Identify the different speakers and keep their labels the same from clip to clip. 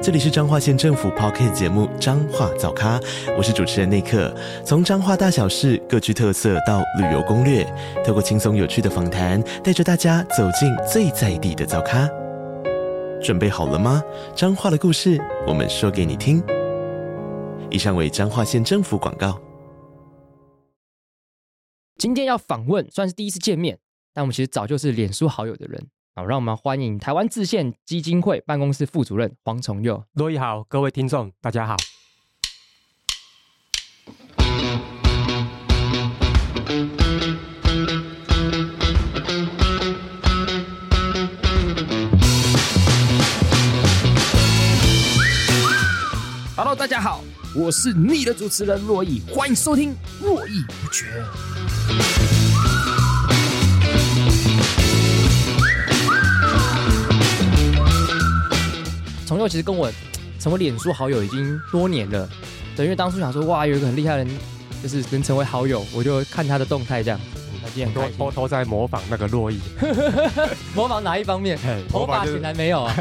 Speaker 1: 这里是彰化县政府 p o c k t 节目《彰化早咖》，我是主持人内克。从彰化大小事各具特色到旅游攻略，透过轻松有趣的访谈，带着大家走进最在地的早咖。准备好了吗？彰化的故事，我们说给你听。以上为彰化县政府广告。
Speaker 2: 今天要访问，算是第一次见面，但我们其实早就是脸书好友的人。好，让我们欢迎台湾自宪基金会办公室副主任黄崇佑。
Speaker 3: 罗毅好，各位听众大家好。
Speaker 2: Hello，大家好，我是你的主持人洛毅，欢迎收听《络绎不绝》。从幼其实跟我成为脸书好友已经多年了，对，因为当初想说哇，有一个很厉害的人，就是能成为好友，我就看他的动态这样。他今天很
Speaker 3: 都
Speaker 2: 开心
Speaker 3: 偷，偷在模仿那个洛 伊，
Speaker 2: 模仿哪一方面？
Speaker 3: 嘿
Speaker 2: 头发
Speaker 3: 就
Speaker 2: 显
Speaker 3: 是
Speaker 2: 然没有啊。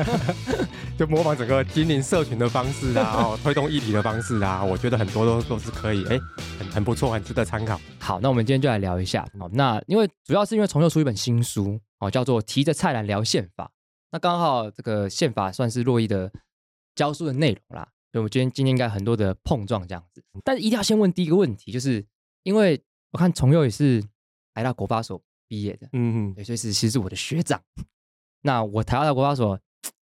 Speaker 3: 就模仿整个经营社群的方式啊， 哦，推动议题的方式啊，我觉得很多都都是可以，哎、很很不错，很值得参考。
Speaker 2: 好，那我们今天就来聊一下。好，那因为主要是因为重佑出一本新书，哦，叫做《提着菜篮聊宪法》。那刚好这个宪法算是洛伊的教书的内容啦，所以我们今天今天应该很多的碰撞这样子。但是一定要先问第一个问题，就是因为我看重佑也是台大国发所毕业的，
Speaker 3: 嗯，
Speaker 2: 对，所以是其实是我的学长。那我台大国发所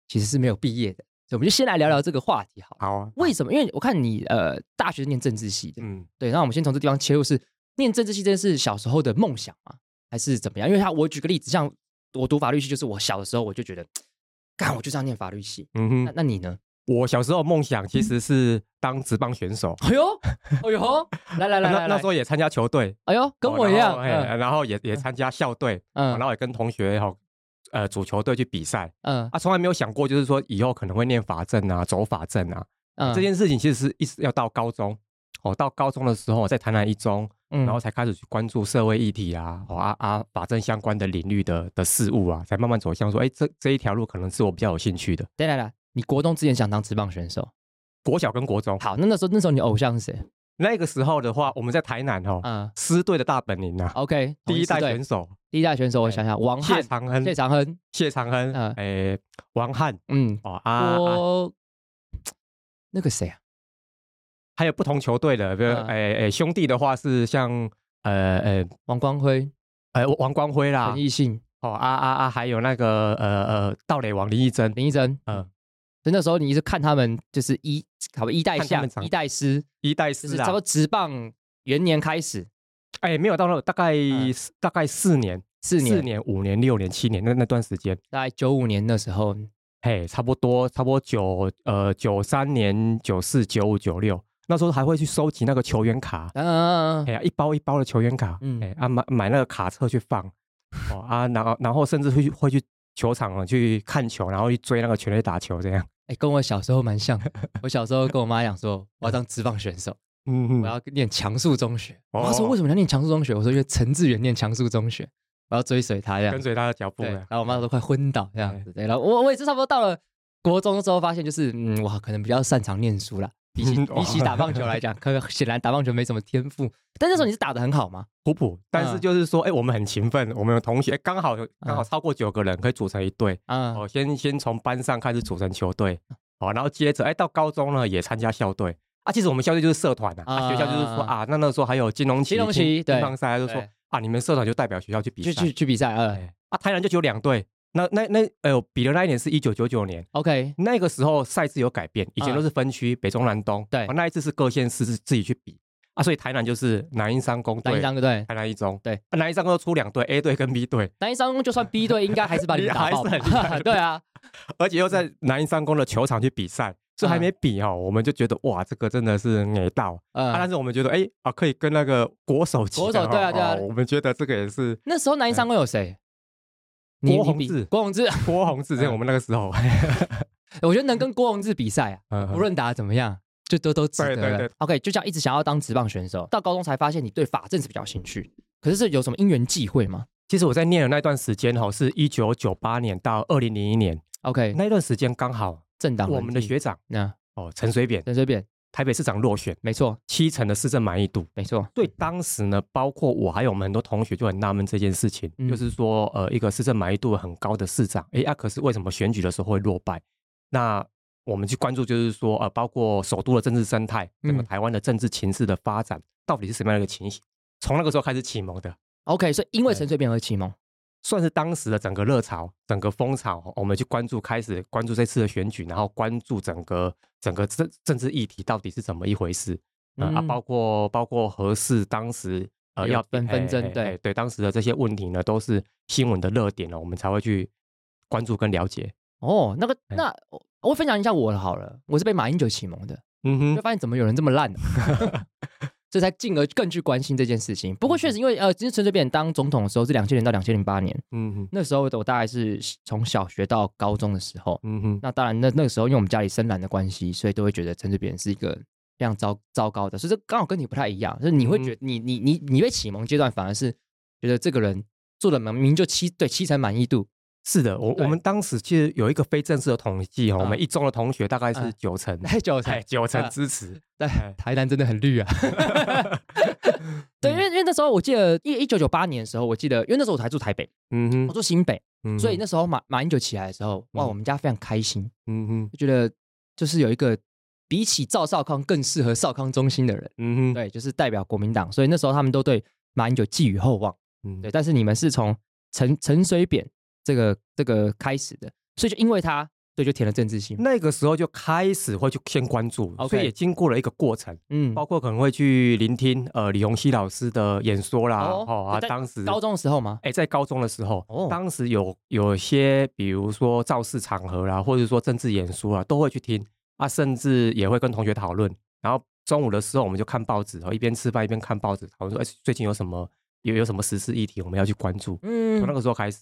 Speaker 2: 其实是没有毕业的，所以我们就先来聊聊这个话题好了。
Speaker 3: 好啊，
Speaker 2: 为什么？因为我看你呃大学是念政治系的，
Speaker 3: 嗯，
Speaker 2: 对，那我们先从这地方切入是，念政治系真的是小时候的梦想吗？还是怎么样？因为他我举个例子，像我读法律系，就是我小的时候我就觉得，干我就是要念法律系。
Speaker 3: 嗯
Speaker 2: 那
Speaker 3: 哼，
Speaker 2: 那你呢？
Speaker 3: 我小时候梦想其实是当职棒选手，
Speaker 2: 哎呦，哎呦，来来来
Speaker 3: 那
Speaker 2: 来
Speaker 3: 那
Speaker 2: 来
Speaker 3: 时，候也参加球队，
Speaker 2: 哎呦，跟
Speaker 3: 哦
Speaker 2: 我一
Speaker 3: 然
Speaker 2: 样
Speaker 3: 后，哎、
Speaker 2: 嗯
Speaker 3: 然后也也参加校队，哦然
Speaker 2: 嗯
Speaker 3: 后也跟同学哦，呃，组球队去比赛
Speaker 2: 嗯
Speaker 3: 啊，从来没有想过就是说以后可能会念法政啊，走法政啊，
Speaker 2: 嗯，
Speaker 3: 这件事情其实是一直要到高中。哦，到高中的时候，在台南一中，
Speaker 2: 嗯，
Speaker 3: 然后才开始去关注社会议题啊，哦啊啊，法政相关的领域的的事物啊，才慢慢走向说，哎，这这一条路可能是我比较有兴趣的。
Speaker 2: 等来来，你国中之前想当职棒选手，
Speaker 3: 国小跟国中
Speaker 2: 好，那那时候那时候你偶像是谁？
Speaker 3: 那个时候的话，我们在台南哦，
Speaker 2: 嗯哦
Speaker 3: 师队的大本营啊，
Speaker 2: ，OK，
Speaker 3: 第一代
Speaker 2: 对
Speaker 3: 选手哎
Speaker 2: 第一代选手，我想想，王
Speaker 3: 谢
Speaker 2: 翰、
Speaker 3: 长亨，
Speaker 2: 谢长亨，
Speaker 3: 谢长亨
Speaker 2: 嗯，
Speaker 3: 哎，王翰
Speaker 2: 嗯，
Speaker 3: 哦啊，啊
Speaker 2: 我那个谁啊？
Speaker 3: 还有不同球队的，比如
Speaker 2: 嗯
Speaker 3: 哎哎兄弟的话是像呃呃
Speaker 2: 王光辉、
Speaker 3: 呃王光辉啦
Speaker 2: 陈，奕迅、
Speaker 3: 哦啊啊啊，还有那个呃呃盗垒王林义珍，
Speaker 2: 林一珍，嗯
Speaker 3: 嗯，
Speaker 2: 所以那时候你一直看他们就是一，好吧，一代
Speaker 3: 看他
Speaker 2: 下
Speaker 3: 们长
Speaker 2: 一代师，
Speaker 3: 一代
Speaker 2: 就是
Speaker 3: 四
Speaker 2: 差
Speaker 3: 啊
Speaker 2: 不多，职棒元年开始，
Speaker 3: 哎没有到那个大概
Speaker 2: 嗯
Speaker 3: 四大概四年。
Speaker 2: 四年，
Speaker 3: 四年、五年、六年、七年那那段时间，
Speaker 2: 大概九五年那时候，
Speaker 3: 嘿，差不多差不多九呃九三年、九四、九五、九六，那时候还会去收集那个球员卡，
Speaker 2: 嗯、啊
Speaker 3: 哎，呀，一包一包的球员卡，
Speaker 2: 嗯
Speaker 3: 嗯，哎啊买买那个卡册去放，哦啊，然后然后甚至会去会去球场啊去看球，然后去追那个全垒打球这样，
Speaker 2: 哎，跟我小时候蛮像 的。我小时候跟我妈讲说，我要当职棒选手，
Speaker 3: 嗯
Speaker 2: 我
Speaker 3: 嗯，
Speaker 2: 要念强速中学。我妈说
Speaker 3: 哦
Speaker 2: 为什么你要念强速中学？我说因为陈志远念强速中学，我要追随他这样
Speaker 3: 跟。随他的脚步
Speaker 2: 对，
Speaker 3: 啊，
Speaker 2: 然后我妈都快昏倒这样子。对，然后我我也是差不多到了国中之后，发现就是嗯，我可能比较擅长念书啦，比起
Speaker 3: 嗯哦
Speaker 2: 比起打棒球来讲，可能显然打棒球没什么天赋。但那
Speaker 3: 嗯
Speaker 2: 时候你是打的很好吗？
Speaker 3: 普普，但是
Speaker 2: 嗯
Speaker 3: 就是说，哎，我们很勤奋，我们有同学哎刚好有刚好超过九个人可以组成一队，
Speaker 2: 啊、
Speaker 3: 哦，先先从班上开始组成球队，
Speaker 2: 嗯
Speaker 3: 哦，然后接着哎到高中呢也参加校队啊。其实我们校队就是社团啊，啊学校就是说
Speaker 2: 啊
Speaker 3: 啊，那那时候还有金融旗、
Speaker 2: 金融旗对
Speaker 3: 乒乓赛，就说
Speaker 2: 对
Speaker 3: 啊，你们社团就代表学校去比
Speaker 2: 去
Speaker 3: 赛。
Speaker 2: 去去比赛啊、
Speaker 3: 哎啊，台南就只有两队，那那那哎呦，比的那一年是一九九九年，
Speaker 2: OK，
Speaker 3: 那个时候赛制有改变，以
Speaker 2: 嗯
Speaker 3: 前都是分区、北中南东，
Speaker 2: 对
Speaker 3: 哦那一次是各县市自自己去比啊，所以台南就是南英商工
Speaker 2: 南一
Speaker 3: 队。
Speaker 2: 商对，
Speaker 3: 台南一中
Speaker 2: 对
Speaker 3: 啊南一商工出两队 A 队跟 B 队，
Speaker 2: 南一商就 算 B 队，应该还是把你们打爆吧
Speaker 3: 还是很厉害
Speaker 2: 对 啊，
Speaker 3: 而且又在南一三公的球场去比赛，所以还没比哦，我们就觉得哇，这个真的是美到、啊！
Speaker 2: 嗯，
Speaker 3: 但是我们觉得哎、啊，可以跟那个国手级的
Speaker 2: 国手对啊
Speaker 3: 哦
Speaker 2: 对啊
Speaker 3: 哦我们觉得这个也是
Speaker 2: 那时候南一商有谁？你
Speaker 3: 郭
Speaker 2: 你
Speaker 3: 宏
Speaker 2: 比
Speaker 3: 志
Speaker 2: 郭宏志，
Speaker 3: 郭宏志，在我们那个 时候，嗯
Speaker 2: 我觉得能跟郭宏志比赛啊，
Speaker 3: 不
Speaker 2: 无论打得怎么样，就都都值得了。
Speaker 3: 对对对
Speaker 2: OK，就这样一直想要当职棒选手，到高中才发现你对法政是比较有兴趣，可是是有什么因缘际会吗
Speaker 3: 其实我在念的那段时间哈，是一九九八年到二零零一年
Speaker 2: ？OK，
Speaker 3: 那段时间，刚好
Speaker 2: 政党
Speaker 3: 我们的学长
Speaker 2: 那
Speaker 3: 哦陈水扁，
Speaker 2: 陈水扁，
Speaker 3: 台北市长落选，
Speaker 2: 没错
Speaker 3: 七成的市政满意度。
Speaker 2: 没错，
Speaker 3: 对当时呢，包括我还有我们很多同学就很纳闷这件事情，
Speaker 2: 嗯
Speaker 3: 就是说，呃，一个市政满意度很高的市长，哎啊，可是为什么选举的时候会落败？那我们去关注，就是说，呃，包括首都的政治生态，整个
Speaker 2: 嗯
Speaker 3: 台湾的政治情势的发展，到底是什么样的一个情形？从那个时候开始启蒙的，
Speaker 2: OK，所以因为陈水扁而启蒙，
Speaker 3: 算是当时的整个热潮、整个风潮，哦我们去关注，开始关注这次的选举，然后关注整个整个政政治议题到底是怎么一回事。呃、啊，
Speaker 2: 嗯
Speaker 3: 包括包括何氏当时呃
Speaker 2: 有
Speaker 3: 要
Speaker 2: 纷纷争
Speaker 3: 哎哎
Speaker 2: 对
Speaker 3: 哎对当时的这些问题呢，都是新闻的热点了，我们才会去关注跟了解。
Speaker 2: 哦，那个
Speaker 3: 哎
Speaker 2: 那我我分享一下我的好了，我是被马英九启蒙的，
Speaker 3: 嗯
Speaker 2: 就
Speaker 3: 哼，
Speaker 2: 发现怎么有人这么烂、呢？ 所以才进而更去关心这件事情。不过确实，因为呃，其实陈水扁当总统的时候是两千年到两千零八年，
Speaker 3: 嗯哼，
Speaker 2: 那时候的我大概是从小学到高中的时候。
Speaker 3: 嗯哼，
Speaker 2: 那当然那，那个时候因为我们家里深蓝的关系，所以都会觉得陈水扁是一个非常糟糟糕的，所以这刚好跟你不太一样，就是你
Speaker 3: 嗯
Speaker 2: 会觉得你你你你被启蒙阶段反而是觉得这个人做的明明就七对七成满意度，
Speaker 3: 是的，我
Speaker 2: 对
Speaker 3: 我们当时其实有一个非正式的统计哦，我们
Speaker 2: 嗯
Speaker 3: 一中的同学大概是
Speaker 2: 嗯
Speaker 3: 九成，
Speaker 2: 太久
Speaker 3: 哎
Speaker 2: 才
Speaker 3: 九成
Speaker 2: 嗯
Speaker 3: 支持。
Speaker 2: 对
Speaker 3: 哎，
Speaker 2: 台南真的很绿 啊。对，
Speaker 3: 嗯
Speaker 2: 因为因为那时候我记得一一九九八年的时候，我记得因为那时候我还住台北，
Speaker 3: 嗯
Speaker 2: 我
Speaker 3: 哼
Speaker 2: 住新北，
Speaker 3: 嗯哼，
Speaker 2: 所以那时候马马英九起来的时候，哇，
Speaker 3: 嗯
Speaker 2: 我们家非常开心，
Speaker 3: 嗯哼
Speaker 2: 就觉得就是有一个比起赵少康更适合少康中心的人，
Speaker 3: 嗯哼，
Speaker 2: 对，就是代表国民党，所以那时候他们都对马英九寄予厚望，
Speaker 3: 嗯
Speaker 2: 对，但是你们是从陈陈水扁这个这个开始的，所以就因为他，所以就填了政治系，
Speaker 3: 那个时候就开始会去先关注，
Speaker 2: OK
Speaker 3: 所以也经过了一个过程，
Speaker 2: 嗯，
Speaker 3: 包括可能会去聆听呃李洪熙老师的演说啦，
Speaker 2: 哦
Speaker 3: 哦啊，
Speaker 2: 在
Speaker 3: 当时
Speaker 2: 高中的时候吗？
Speaker 3: 哎，在高中的时候，
Speaker 2: 哦
Speaker 3: 当时有有些，比如说造势场合啦，或者说政治演说啊，都会去听啊，甚至也会跟同学讨论。然后中午的时候，我们就看报纸，然后一边吃饭一边看报纸，讨论说，哎，最近有什么有有什么时事议题，我们要去关注。
Speaker 2: 嗯
Speaker 3: 从那，个时候开始，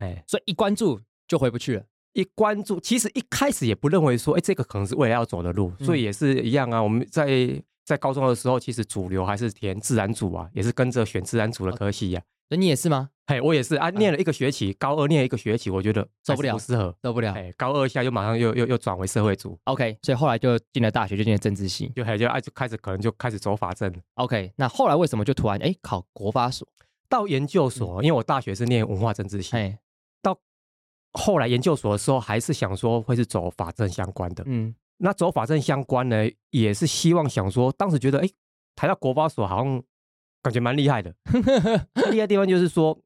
Speaker 3: 哎，
Speaker 2: 所以一关注就回不去了。
Speaker 3: 一关注，其实一开始也不认为说，哎，这个可能是未来要走的路，
Speaker 2: 嗯
Speaker 3: 所以也是一样啊。我们在在高中的时候，其实主流还是填自然组啊，也是跟着选自然
Speaker 2: 哦
Speaker 3: 组的科系呀、啊
Speaker 2: 所以你也是吗？
Speaker 3: 嘿，我也是啊，念了一个学期，高二念了一个学期，我觉得
Speaker 2: 嗯受不
Speaker 3: 还是
Speaker 2: 了啊
Speaker 3: 不适合。
Speaker 2: 受不了。
Speaker 3: 哎，高二下又马上又又又转为社会组，
Speaker 2: OK，所以后来就进了大学，就进了政治系。
Speaker 3: 就还就哎就开始可能就开始走法政了。
Speaker 2: OK，那后来为什么就突然哎考国发所？
Speaker 3: 到研究
Speaker 2: 嗯
Speaker 3: 所，因为我大学是念文化政治系，
Speaker 2: 哎，
Speaker 3: 后来研究所的时候还是想说会是走法政相关的。
Speaker 2: 嗯，
Speaker 3: 那走法政相关呢，也是希望想说，当时觉得哎，台大国发所好像感觉蛮厉害的，厉害的地方就是说，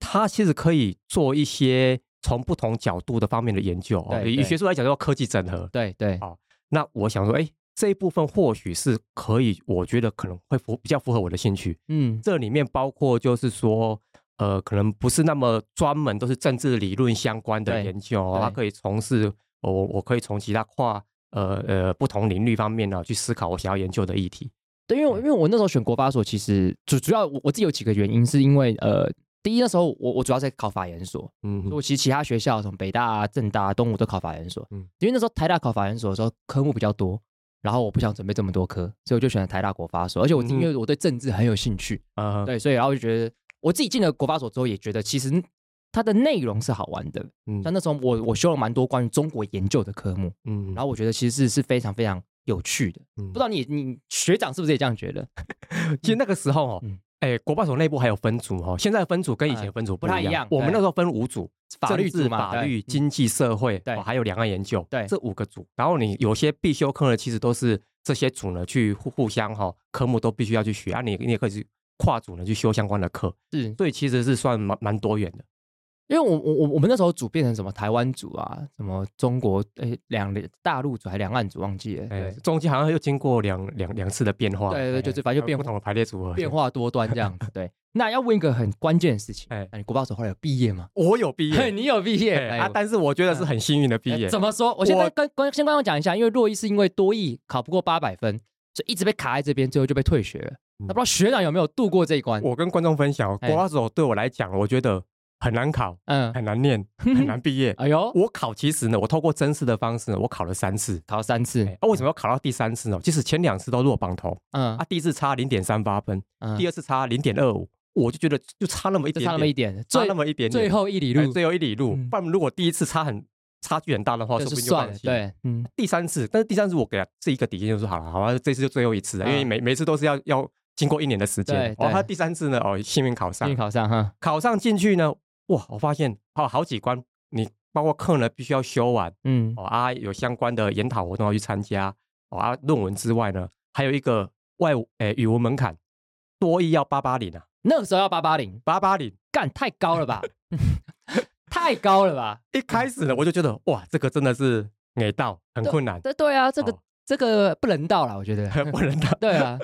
Speaker 3: 它其实可以做一些从不同角度的方面的研究。哦，
Speaker 2: 对
Speaker 3: 以以
Speaker 2: 对
Speaker 3: 学术来讲叫科技整合。
Speaker 2: 对对
Speaker 3: 好那我想说，哎，这一部分或许是可以，我觉得可能会符比较符合我的兴趣。
Speaker 2: 嗯
Speaker 3: 这里面包括就是说，呃，可能不是那么专门都是政治理论相关的
Speaker 2: 对
Speaker 3: 研究哦，
Speaker 2: 对
Speaker 3: 它可以从事我我我可以从其他跨呃呃不同领域方面呢、啊去思考我想要研究的议题。
Speaker 2: 对，
Speaker 3: 嗯
Speaker 2: 因为我因为我那时候选国发所，其实主主要我我自己有几个原因，是因为呃，第一那时候我我主要在考法研所，
Speaker 3: 嗯
Speaker 2: 所以
Speaker 3: 哼
Speaker 2: 我其实其他学校什么北大、啊、政大、啊、东吴都考法研所，
Speaker 3: 嗯
Speaker 2: 因为那时候台大考法研所的时候科目比较多，然后我不想准备这么多科，所以我就选了台大国发所，而且我
Speaker 3: 嗯
Speaker 2: 因为我对政治很有兴趣，
Speaker 3: 呃
Speaker 2: 对，所以然后就觉得我自己进了国发所之后，也觉得其实它的内容是好玩的。
Speaker 3: 嗯
Speaker 2: 像那时候我我修了蛮多关于中国研究的科目，
Speaker 3: 嗯，
Speaker 2: 然后我觉得其实是是非常非常有趣的。
Speaker 3: 嗯
Speaker 2: 不知道你你学长是不是也这样觉得？
Speaker 3: 其实那个时候哦
Speaker 2: 嗯，
Speaker 3: 哎、国报所内部还有分组哦，现在的分组跟以前
Speaker 2: 呃
Speaker 3: 的分组
Speaker 2: 不
Speaker 3: 不
Speaker 2: 太
Speaker 3: 一
Speaker 2: 一样
Speaker 3: 我们
Speaker 2: 对
Speaker 3: 那时候分五组，
Speaker 2: 法律
Speaker 3: 政治
Speaker 2: 组嘛，
Speaker 3: 法
Speaker 2: 对
Speaker 3: 律、
Speaker 2: 嗯
Speaker 3: 经济社会，
Speaker 2: 对
Speaker 3: 哦还有两岸研究，
Speaker 2: 对
Speaker 3: 这五个组。然后你有些必修课呢，其实都是这些组呢去互互相哈、科目都必须要去学啊，你你也可以去跨组呢去修相关的课，
Speaker 2: 是
Speaker 3: 所以其实是算蛮蛮多元的。
Speaker 2: 因为我我我我们那时候组变成什么台湾组啊，什么中国诶两大陆组还两岸组忘记了，
Speaker 3: 哎
Speaker 2: 对，
Speaker 3: 中间好像又经过两两两次的变化，
Speaker 2: 对对
Speaker 3: 哎
Speaker 2: 就是反正就
Speaker 3: 还有
Speaker 2: 变
Speaker 3: 不同的排列组合。
Speaker 2: 变化多端这样子。 对，那要问一个很关键的事情，
Speaker 3: 哎
Speaker 2: 那你国报所后来有毕业吗？
Speaker 3: 我有毕
Speaker 2: 嘿，
Speaker 3: 业
Speaker 2: 你有毕业
Speaker 3: 哎啊，
Speaker 2: 我
Speaker 3: 但是我觉得是很幸运的毕业
Speaker 2: 呃。怎么说？我先跟跟跟先跟我讲一下，因为洛伊是因为多益考不过八百分，所以一直被卡在这边，最后就被退学了。那、
Speaker 3: 嗯
Speaker 2: 不知道学长有没有度过这一关？
Speaker 3: 我跟观众分享，哦
Speaker 2: 哎
Speaker 3: 国八手对我来讲，我觉得很难考，
Speaker 2: 嗯，
Speaker 3: 很难 念，很难毕业。
Speaker 2: 哎呦，
Speaker 3: 我考其实呢，我透过真试的方式呢，我考了三次。
Speaker 2: 考三次，
Speaker 3: 哎啊，为什么要考到第三次呢？其实前两次都落榜头
Speaker 2: 嗯
Speaker 3: 啊，，第一次差零点三八分，
Speaker 2: 嗯
Speaker 3: 第二次差零点二五，我就觉得就差那么一
Speaker 2: 就
Speaker 3: 点
Speaker 2: 差那么一
Speaker 3: 点，
Speaker 2: 点，
Speaker 3: 差
Speaker 2: 最
Speaker 3: 那么一点点，
Speaker 2: 最后一里
Speaker 3: 哎
Speaker 2: 路
Speaker 3: 最后一里路
Speaker 2: 嗯。
Speaker 3: 不然如果第一次差很差距很大的话，
Speaker 2: 就
Speaker 3: 说
Speaker 2: 是
Speaker 3: 不定就
Speaker 2: 算
Speaker 3: 放
Speaker 2: 了，
Speaker 3: 弃了。
Speaker 2: 对，嗯，
Speaker 3: 第三次，但是第三次我给他自己一个底线，就是好了，好啊，这次就最后一次了，因为
Speaker 2: 嗯
Speaker 3: 每每次都是要要经过一年的时间
Speaker 2: 对。对
Speaker 3: 哦，他第三次呢，哦，幸运考上
Speaker 2: 幸运，考上哈，
Speaker 3: 考上进去呢，哇，我发现哦，好几关，你包括课呢必须要修完
Speaker 2: 嗯，
Speaker 3: 哦啊，有相关的研讨活动要去参加哦啊，论文之外呢，还有一个外诶语文门槛，多一要八八零啊，
Speaker 2: 那个时候要八八零，
Speaker 3: 八八零。
Speaker 2: 干太高了吧， 太高了吧，
Speaker 3: 一开始呢，我就觉得哇，这个真的是给到很困难，
Speaker 2: 嗯对对啊，这个
Speaker 3: 哦
Speaker 2: 这个不人道了，我觉 得，
Speaker 3: 不能的。
Speaker 2: 对啊，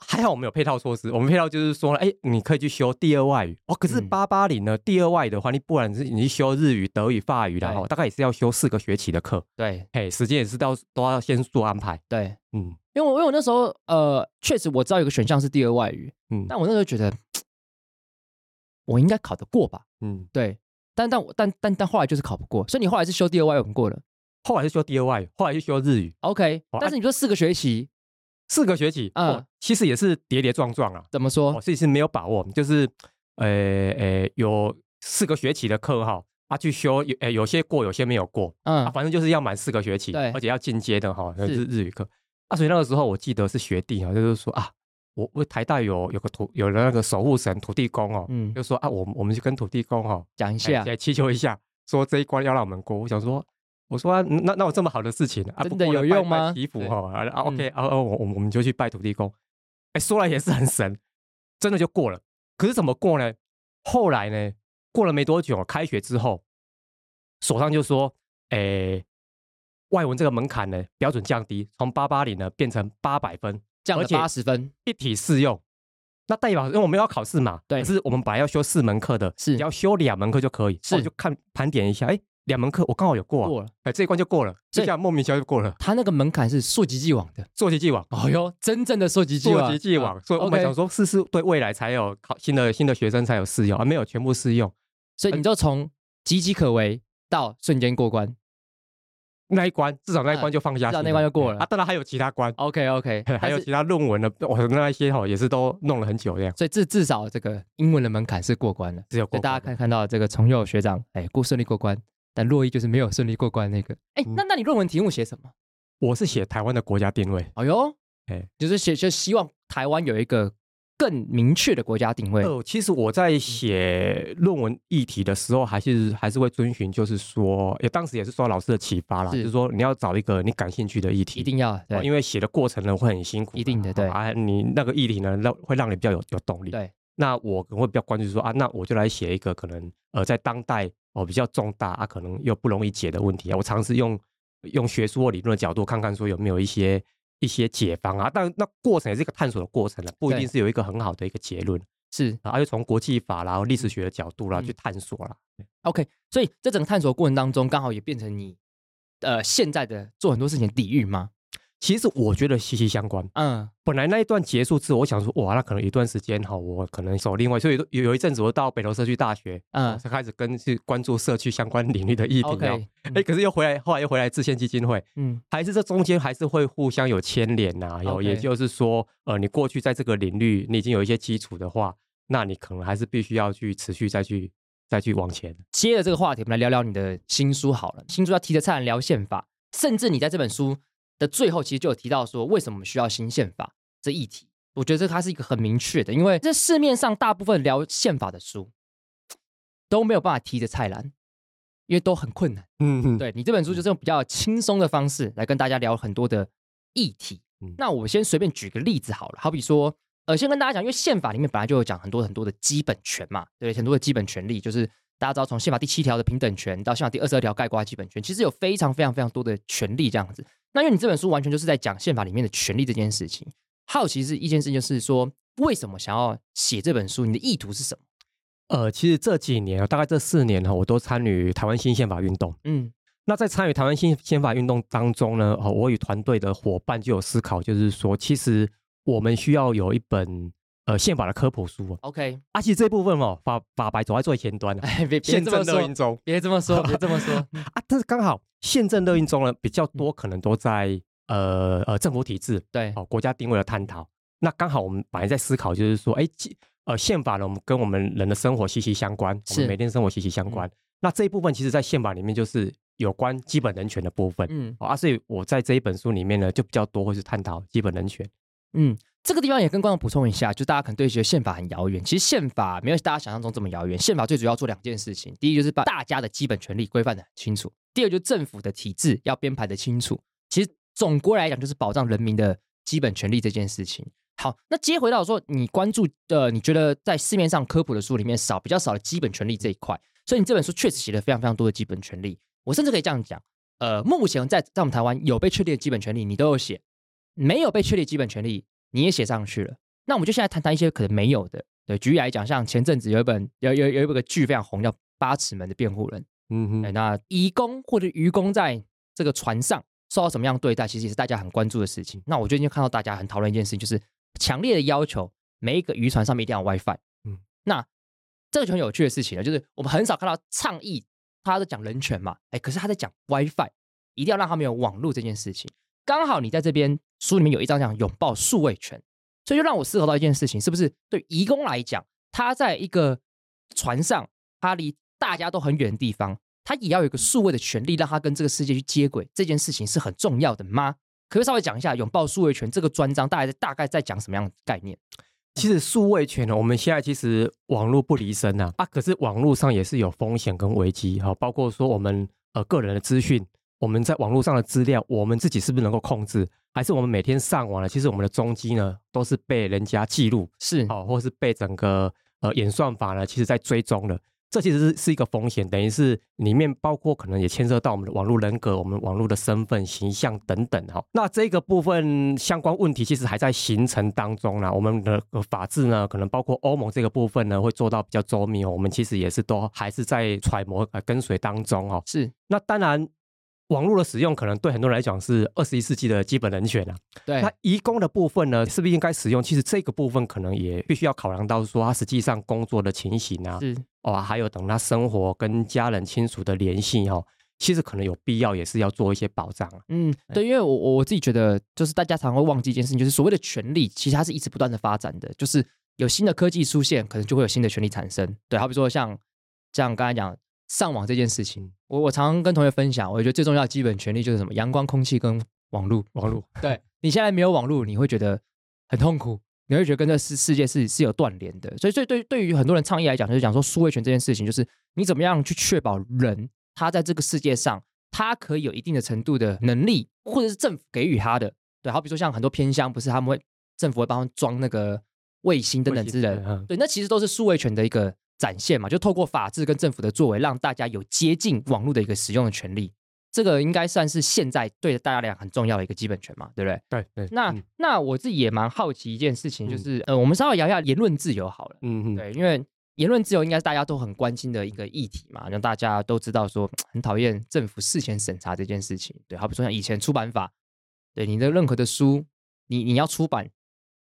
Speaker 3: 还好我们有配套措施，我们配套就是说，哎，你可以去修第二外语哦。可是
Speaker 2: 嗯
Speaker 3: 八八零呢，第二外语的话，你不然是你去修日语、德语、法语啦，然
Speaker 2: 对
Speaker 3: 后大概也是要修四个学期的课，
Speaker 2: 对
Speaker 3: 哎，时间也是到都要先做安排。
Speaker 2: 对，
Speaker 3: 嗯
Speaker 2: 因为我因为我那时候呃，确实我知道有个选项是第二外语，
Speaker 3: 嗯
Speaker 2: 但我那时候觉得我应该考得过吧，
Speaker 3: 嗯，
Speaker 2: 对，但但我但但但后来就是考不过，所以你后来是修第二外语文过了
Speaker 3: 后来就修第二外语，后来就修日语，
Speaker 2: ，OK，
Speaker 3: 哦
Speaker 2: 但是你说四个学期
Speaker 3: 四个学期，
Speaker 2: 嗯哦
Speaker 3: 嗯，其实也是跌跌撞撞啊，
Speaker 2: 怎么说
Speaker 3: 我？自己是没有把握，就是呃呃有四个学期的课哈，啊去修有呃有些过，有些没有过，啊，
Speaker 2: 嗯，
Speaker 3: 反正就是要满四个学期，
Speaker 2: 对
Speaker 3: 而且要进阶的哈，
Speaker 2: 是
Speaker 3: 是日语课。啊，所以那个时候我记得是学弟啊，就是说啊，我我台大有有个土有了那个守护神土地公哦，
Speaker 2: 嗯
Speaker 3: 就说啊，我们我们就跟土地公哦，
Speaker 2: 讲一
Speaker 3: 哎
Speaker 2: 下，嗯
Speaker 3: 来祈求一下，说这一关要让我们过。我想说，我说啊嗯那那我这么好的事情啊，
Speaker 2: 真
Speaker 3: 不
Speaker 2: 的
Speaker 3: 过呢
Speaker 2: 有
Speaker 3: 拜
Speaker 2: 用
Speaker 3: 拜
Speaker 2: 吗
Speaker 3: 祈福
Speaker 2: 对
Speaker 3: 哈，啊啊
Speaker 2: 嗯
Speaker 3: OK 啊，啊我我我们就去拜土地公。哎，说来也是很神，真的就过了。可是怎么过呢？后来呢？过了没多久，开学之后，手上就说，哎，外文这个门槛呢标准降低，从八八零呢变成八百分，
Speaker 2: 降
Speaker 3: 而
Speaker 2: 了
Speaker 3: 且
Speaker 2: 八十分，
Speaker 3: 一体适用。那代表，因为我们要考试嘛，
Speaker 2: 对
Speaker 3: 可是我们本来要修四门课的，
Speaker 2: 是
Speaker 3: 只要修两门课就可以。
Speaker 2: 是
Speaker 3: 哦就看盘点一下，哎，两门课我刚好有过、啊，
Speaker 2: 过了。
Speaker 3: 哎，这一关就过了，
Speaker 2: 所
Speaker 3: 就
Speaker 2: 以
Speaker 3: 这样莫名其妙就过了。
Speaker 2: 他那个门槛是溯及既往的，
Speaker 3: 溯及既往，
Speaker 2: 哦哟，真正的溯及既往，啊
Speaker 3: 溯及既往，所以我
Speaker 2: OK
Speaker 3: 们想说，是是对未来才有考新的新的学生才有适用，而、啊没有全部适用。
Speaker 2: 所以你就从岌岌可危到瞬间过关。
Speaker 3: 那一关至少那一关就放下
Speaker 2: 啊至少
Speaker 3: 去了、
Speaker 2: 那一关就过了哦
Speaker 3: 啊！当然还有其他关，
Speaker 2: OK OK，
Speaker 3: 还有其他论文的，我那一些哈也是都弄了很久这样，
Speaker 2: 所以至至少这个英文的门槛是过关了。
Speaker 3: 只有
Speaker 2: 所
Speaker 3: 过
Speaker 2: 以大家
Speaker 3: 关
Speaker 2: 看看到这个重佑学长，哎，过顺利过关，但洛伊就是没有顺利过关那个。哎，
Speaker 3: 嗯
Speaker 2: 那那你论文题目写什么？
Speaker 3: 我是写台湾的国家定位，
Speaker 2: 哎呦，
Speaker 3: 哎
Speaker 2: 就是写就希望台湾有一个更明确的国家定位。
Speaker 3: 呃，其实我在写论文议题的时候，还是还是会遵循，就是说，也当时也是受到老师的启发啦，
Speaker 2: 是
Speaker 3: 就是说你要找一个你感兴趣的议题，
Speaker 2: 一定要
Speaker 3: 哦
Speaker 2: 对
Speaker 3: 因为写的过程呢会很辛苦嘛，
Speaker 2: 一定的对
Speaker 3: 啊，你那个议题呢让会让你比较有有动力。
Speaker 2: 对，
Speaker 3: 那我可能会比较关注说啊，那我就来写一个可能呃在当代哦比较重大啊，可能又不容易解的问题啊，我尝试用用学术或理论的角度看看说有没有一些。一些解方啊，但那过程也是一个探索的过程了，啊不一
Speaker 2: 对
Speaker 3: 定是有一个很好的一个结论。
Speaker 2: 是
Speaker 3: 啊，就从国际法啦、历史学的角度啦、
Speaker 2: 嗯
Speaker 3: 去探索啦。
Speaker 2: OK。所以这整个探索过程当中，刚好也变成你呃现在的做很多事情的底蕴吗？
Speaker 3: 其实我觉得息息相关。
Speaker 2: 嗯，
Speaker 3: 本来那一段结束之后，我想说，哇，那可能一段时间哈，我可能走另外，所以有有一阵子我到北投社区大学，
Speaker 2: 嗯
Speaker 3: 嗯，才开始跟去关注社区相关领域的议题
Speaker 2: OK，
Speaker 3: 啊。
Speaker 2: 嗯
Speaker 3: 哎，可是又回来，后来又回来自宪基金会，
Speaker 2: 嗯，
Speaker 3: 还是这中间还是会互相有牵连呐、有
Speaker 2: OK
Speaker 3: 也就是说，呃，你过去在这个领域你已经有一些基础的话，那你可能还是必须要去持续再去再去往前。
Speaker 2: 接着这个话题，我们来聊聊你的新书好了。新书要提着菜篮聊宪法，甚至你在这本书的最后，其实就有提到说，为什么我们需要新宪法这议题。我觉得这它是一个很明确的，因为这市面上大部分聊宪法的书都没有办法提着菜篮，因为都很困难。
Speaker 3: 嗯嗯，
Speaker 2: 对你这本书就是用比较轻松的方式来跟大家聊很多的议题。
Speaker 3: 嗯
Speaker 2: 那我先随便举个例子好了，好比说，呃，先跟大家讲，因为宪法里面本来就有讲很多很多的基本权嘛，对，很多的基本权利，就是大家知道从宪法第七条的平等权到宪法第二十二条概括基本权，其实有非常非常非常多的权利这样子。那因为你这本书完全就是在讲宪法里面的权利这件事情，好奇是一件事情，就是说为什么想要写这本书，你的意图是什么？
Speaker 3: 呃，其实这几年，大概这四年哈，我都参与台湾新宪法运动。
Speaker 2: 嗯，
Speaker 3: 那在参与台湾新宪法运动当中呢，哦，我与团队的伙伴就有思考，就是说，其实我们需要有一本呃宪法的科普书啊。
Speaker 2: OK，
Speaker 3: 啊，其实这部分哦，法法白走在最前端的、
Speaker 2: 哎，别别
Speaker 3: 宪
Speaker 2: 这
Speaker 3: 政
Speaker 2: 么
Speaker 3: 乐
Speaker 2: 说
Speaker 3: 音，中
Speaker 2: 别这么 说，别这么说。嗯
Speaker 3: 啊，但是刚好宪政乐音中呢比较多，可能都在呃呃政府体制
Speaker 2: 对，
Speaker 3: 哦国家定位的探讨。那刚好我们本来在思考，就是说，哎，既呃宪法呢，我们跟我们人的生活息息相关，我
Speaker 2: 是嗯
Speaker 3: 们每天生活息息相关。那这一部分其实，在宪法里面就是有关基本人权的部分。
Speaker 2: 嗯
Speaker 3: 哦啊，所以我在这一本书里面呢，就比较多会是探讨基本人权。
Speaker 2: 嗯，这个地方也跟观众补充一下，就大家可能对觉得宪法很遥远，其实宪法没有大家想象中这么遥远。宪法最主要做两件事情，第一就是把大家的基本权利规范的很清楚，第二就是政府的体制要编排的清楚。其实总归来讲，就是保障人民的基本权利这件事情。好，那接回到说，你关注呃，你觉得在市面上科普的书里面少比较少的基本权利这一块，所以你这本书确实写了非常非常多的基本权利。我甚至可以这样讲，呃，目前在在我们台湾有被确定的基本权利，你都有写；没有被确定的基本权利，你也写上去了。那我们就现在谈谈一些可能没有的。对，举例来讲，像前阵子有一本有有有一个剧非常红，叫《八尺门的辩护人》。
Speaker 3: 嗯
Speaker 2: 哎，
Speaker 3: 哼，
Speaker 2: 那移工或者渔工在这个船上受到什么样对待，其实也是大家很关注的事情。那我最近看到大家很讨论一件事情，就是强烈的要求每一个渔船上面一定要有 WiFi。嗯
Speaker 3: 嗯，
Speaker 2: 那这个就很有趣的事情了，就是我们很少看到倡议他在讲人权嘛，哎，可是他在讲 WiFi，一定要让他们有网络这件事情。刚好你在这边书里面有一章讲拥抱数位权，所以就让我思考到一件事情，是不是对移工来讲，他在一个船上，他离大家都很远的地方，他也要有一个数位的权利，让他跟这个世界去接轨，这件事情是很重要的吗？可不可以稍微讲一下拥抱数位权这个专章大概在大概在讲什么样的概念？
Speaker 3: 其实数位权呢，我们现在其实网络不离身啊啊，可是网络上也是有风险跟危机哈、包括说我们呃个人的资讯，我们在网络上的资料，我们自己是不是能够控制，还是我们每天上网呢？其实我们的踪迹呢都是被人家记录，
Speaker 2: 是，
Speaker 3: 哦，或是被整个呃演算法呢，其实在追踪了。这其实是是一个风险，等于是里面包括可能也牵涉到我们的网络人格、我们网络的身份、形象等等哈、那这个部分相关问题其实还在形成当中啦。我们的呃法制呢，可能包括欧盟这个部分呢，会做到比较周密哦。我们其实也是都还是在揣摩、呃、跟随当中哦。
Speaker 2: 是
Speaker 3: 那当然，网络的使用可能对很多人来讲是二十一世纪的基本人权啊。
Speaker 2: 对
Speaker 3: 那移工的部分呢，是不是应该使用？其实这个部分可能也必须要考量到说，他实际上工作的情形啊，
Speaker 2: 是
Speaker 3: 哦，还有等他生活跟家人亲属的联系哦，其实可能有必要也是要做一些保障啊。
Speaker 2: 嗯，对，因为我我我自己觉得，就是大家常会忘记一件事情，就是所谓的权利，其实它是一直不断的发展的，就是有新的科技出现，可能就会有新的权利产生。对，好比说像像刚才讲上网这件事情，我我常常跟同学分享，我觉得最重要的基本权利就是什么，阳光、空气跟网络。
Speaker 3: 网络
Speaker 2: 对你现在没有网络，你会觉得很痛苦，你会觉得跟这世世界是是有断联的。所以，所以对对于很多人倡议来讲，就是讲说数位权这件事情，就是你怎么样去确保人他在这个世界上，他可以有一定的程度的能力，或者是政府给予他的。对，好比说像很多偏乡，不是他们会政府会帮他们装那个卫星等等之类的，
Speaker 3: 嗯
Speaker 2: 对，那其实都是数位权的一个展现嘛，就透过法治跟政府的作为，让大家有接近网络的一个使用的权利。这个应该算是现在对大家来讲很重要的一个基本权嘛，对不对？
Speaker 3: 对对，
Speaker 2: 那、
Speaker 3: 嗯
Speaker 2: 那我自己也蛮好奇一件事情，就
Speaker 3: 嗯
Speaker 2: 是、呃，我们稍微聊一下言论自由好了。
Speaker 3: 嗯嗯，
Speaker 2: 对，因为言论自由应该是大家都很关心的一个议题嘛，让大家都知道说很讨厌政府事前审查这件事情。对，好比说像以前出版法，对你的任何的书，你你要出版。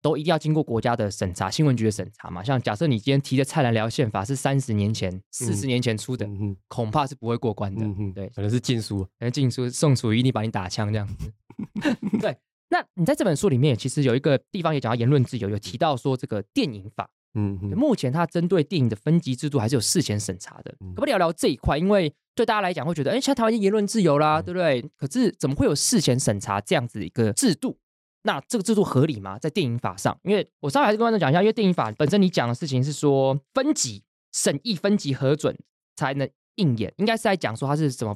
Speaker 2: 都一定要经过国家的审查，新闻局的审查嘛。像假设你今天提的《蔡澜聊宪法》是三十年前、四十年前出的，
Speaker 3: 嗯嗯
Speaker 2: 恐怕是不会过关的。
Speaker 3: 嗯嗯，
Speaker 2: 对，
Speaker 3: 可能是禁书。
Speaker 2: 可能哎进出宋楚瑜一定把你打枪这样子。 对，那你在这本书里面其实有一个地方也讲到言论自由，有提到说这个电影法，
Speaker 3: 嗯嗯，
Speaker 2: 目前它针对电影的分级制度还是有事前审查的，
Speaker 3: 嗯
Speaker 2: 可不可以聊聊这一块？因为对大家来讲会觉得，哎，现在台湾已经言论自由
Speaker 3: 嗯
Speaker 2: 啦，对不对？可是怎么会有事前审查这样子一个制度？那这个制度合理吗？在电影法上，因为我稍微还是跟观众讲一下，因为电影法本身你讲的事情是说分级审议、分级核准才能应演，应该是在讲说它是什么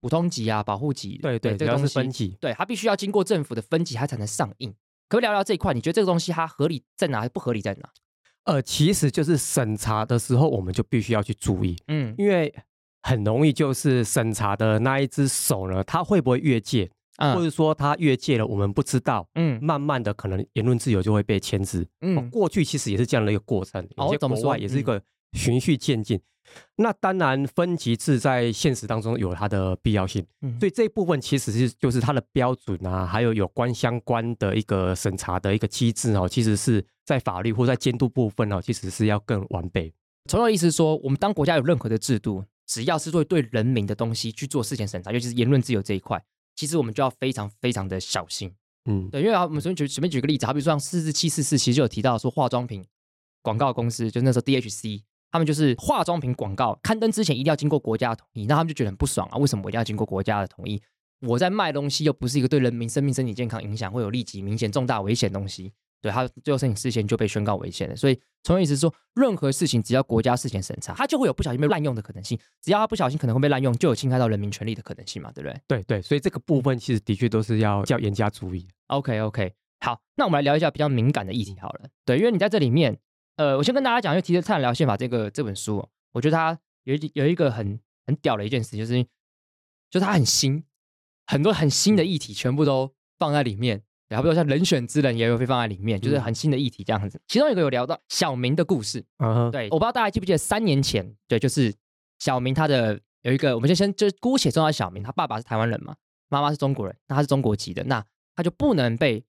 Speaker 2: 普通级啊、保护级，
Speaker 3: 对
Speaker 2: 对，
Speaker 3: 对，只
Speaker 2: 这个
Speaker 3: 要
Speaker 2: 东
Speaker 3: 是
Speaker 2: 西
Speaker 3: 分级，
Speaker 2: 对，它必须要经过政府的分级，它才能上映。可不可以聊聊这一块？你觉得这个东西它合理在哪，还不合理在哪？
Speaker 3: 呃，其实就是审查的时候，我们就必须要去注意，
Speaker 2: 嗯，
Speaker 3: 因为很容易就是审查的那一只手呢，它会不会越界，或
Speaker 2: 嗯
Speaker 3: 者说它越界了，我们不知道。
Speaker 2: 嗯
Speaker 3: 慢慢的，可能言论自由就会被牵制。哦
Speaker 2: 嗯，
Speaker 3: 过去其实也是这样的一个过程，
Speaker 2: 哦
Speaker 3: 有些
Speaker 2: 怎么
Speaker 3: 国外
Speaker 2: 说
Speaker 3: 也是一个循序渐进。那当然，分级制在现实当中有它的必要性，
Speaker 2: 嗯
Speaker 3: 所以这一部分其实是就是它的标准啊，还有有关相关的一个审查的一个机制哦，其实是在法律或在监督部分哦，其实是要更完备。
Speaker 2: 从我的意思是说，我们当国家有任何的制度，只要是对对人民的东西去做事前审查，尤其是言论自由这一块，其实我们就要非常非常的小心。
Speaker 3: 嗯，
Speaker 2: 对，因为啊我们随便举随便举个例子，好比说像四四七四四，其实就有提到说化妆品广告公司，就那时候 DHC，他们就是化妆品广告刊登之前一定要经过国家的同意，那他们就觉得很不爽啊，为什么我一定要经过国家的同意？我在卖东西又不是一个对人民生命、身体健康影响会有立即明显重大危险的东西，对他最后申请事前就被宣告危险了。所以从而意思是说，任何事情只要国家事前审查，它就会有不小心被滥用的可能性，只要它不小心可能会被滥用，就有侵害到人民权利的可能性嘛，对不对？
Speaker 3: 对对，所以这个部分其实的确都是要要严加注意。
Speaker 2: OK OK，好，那我们来聊一下比较敏感的议题好了。对，因为你在这里面，呃，我先跟大家讲，因为提着《灿聊宪法》这个这本书、哦，我觉得它有一有一个很很屌的一件事，就是就是它很新，很多很新的议题全部都放在里面。然后，比如像人选之人也有被放在里面，就是很新的议题这样子。其中一个有聊到小明的故事，
Speaker 3: 嗯，
Speaker 2: 对，我不知道大家记不记得三年前，对，就是小明他的有一个，我们就先就姑且重要小明，他爸爸是台湾人嘛，妈妈是中国人，那他是中国籍的，那他就不能被，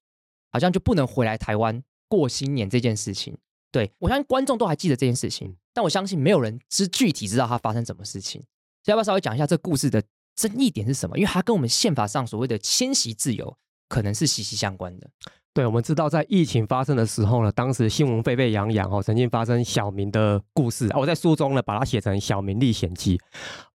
Speaker 2: 好像就不能回来台湾过新年这件事情。对我相信观众都还记得这件事情，但我相信没有人知具体知道他发生什么事情。所以要不要稍微讲一下这故事的争议点是什么？因为它跟我们宪法上所谓的迁徙自由可能是息息相关的。
Speaker 3: 对，我们知道在疫情发生的时候呢，当时新闻沸沸扬扬哦，曾经发生小明的故事啊。我在书中呢把它写成《小明历险记》。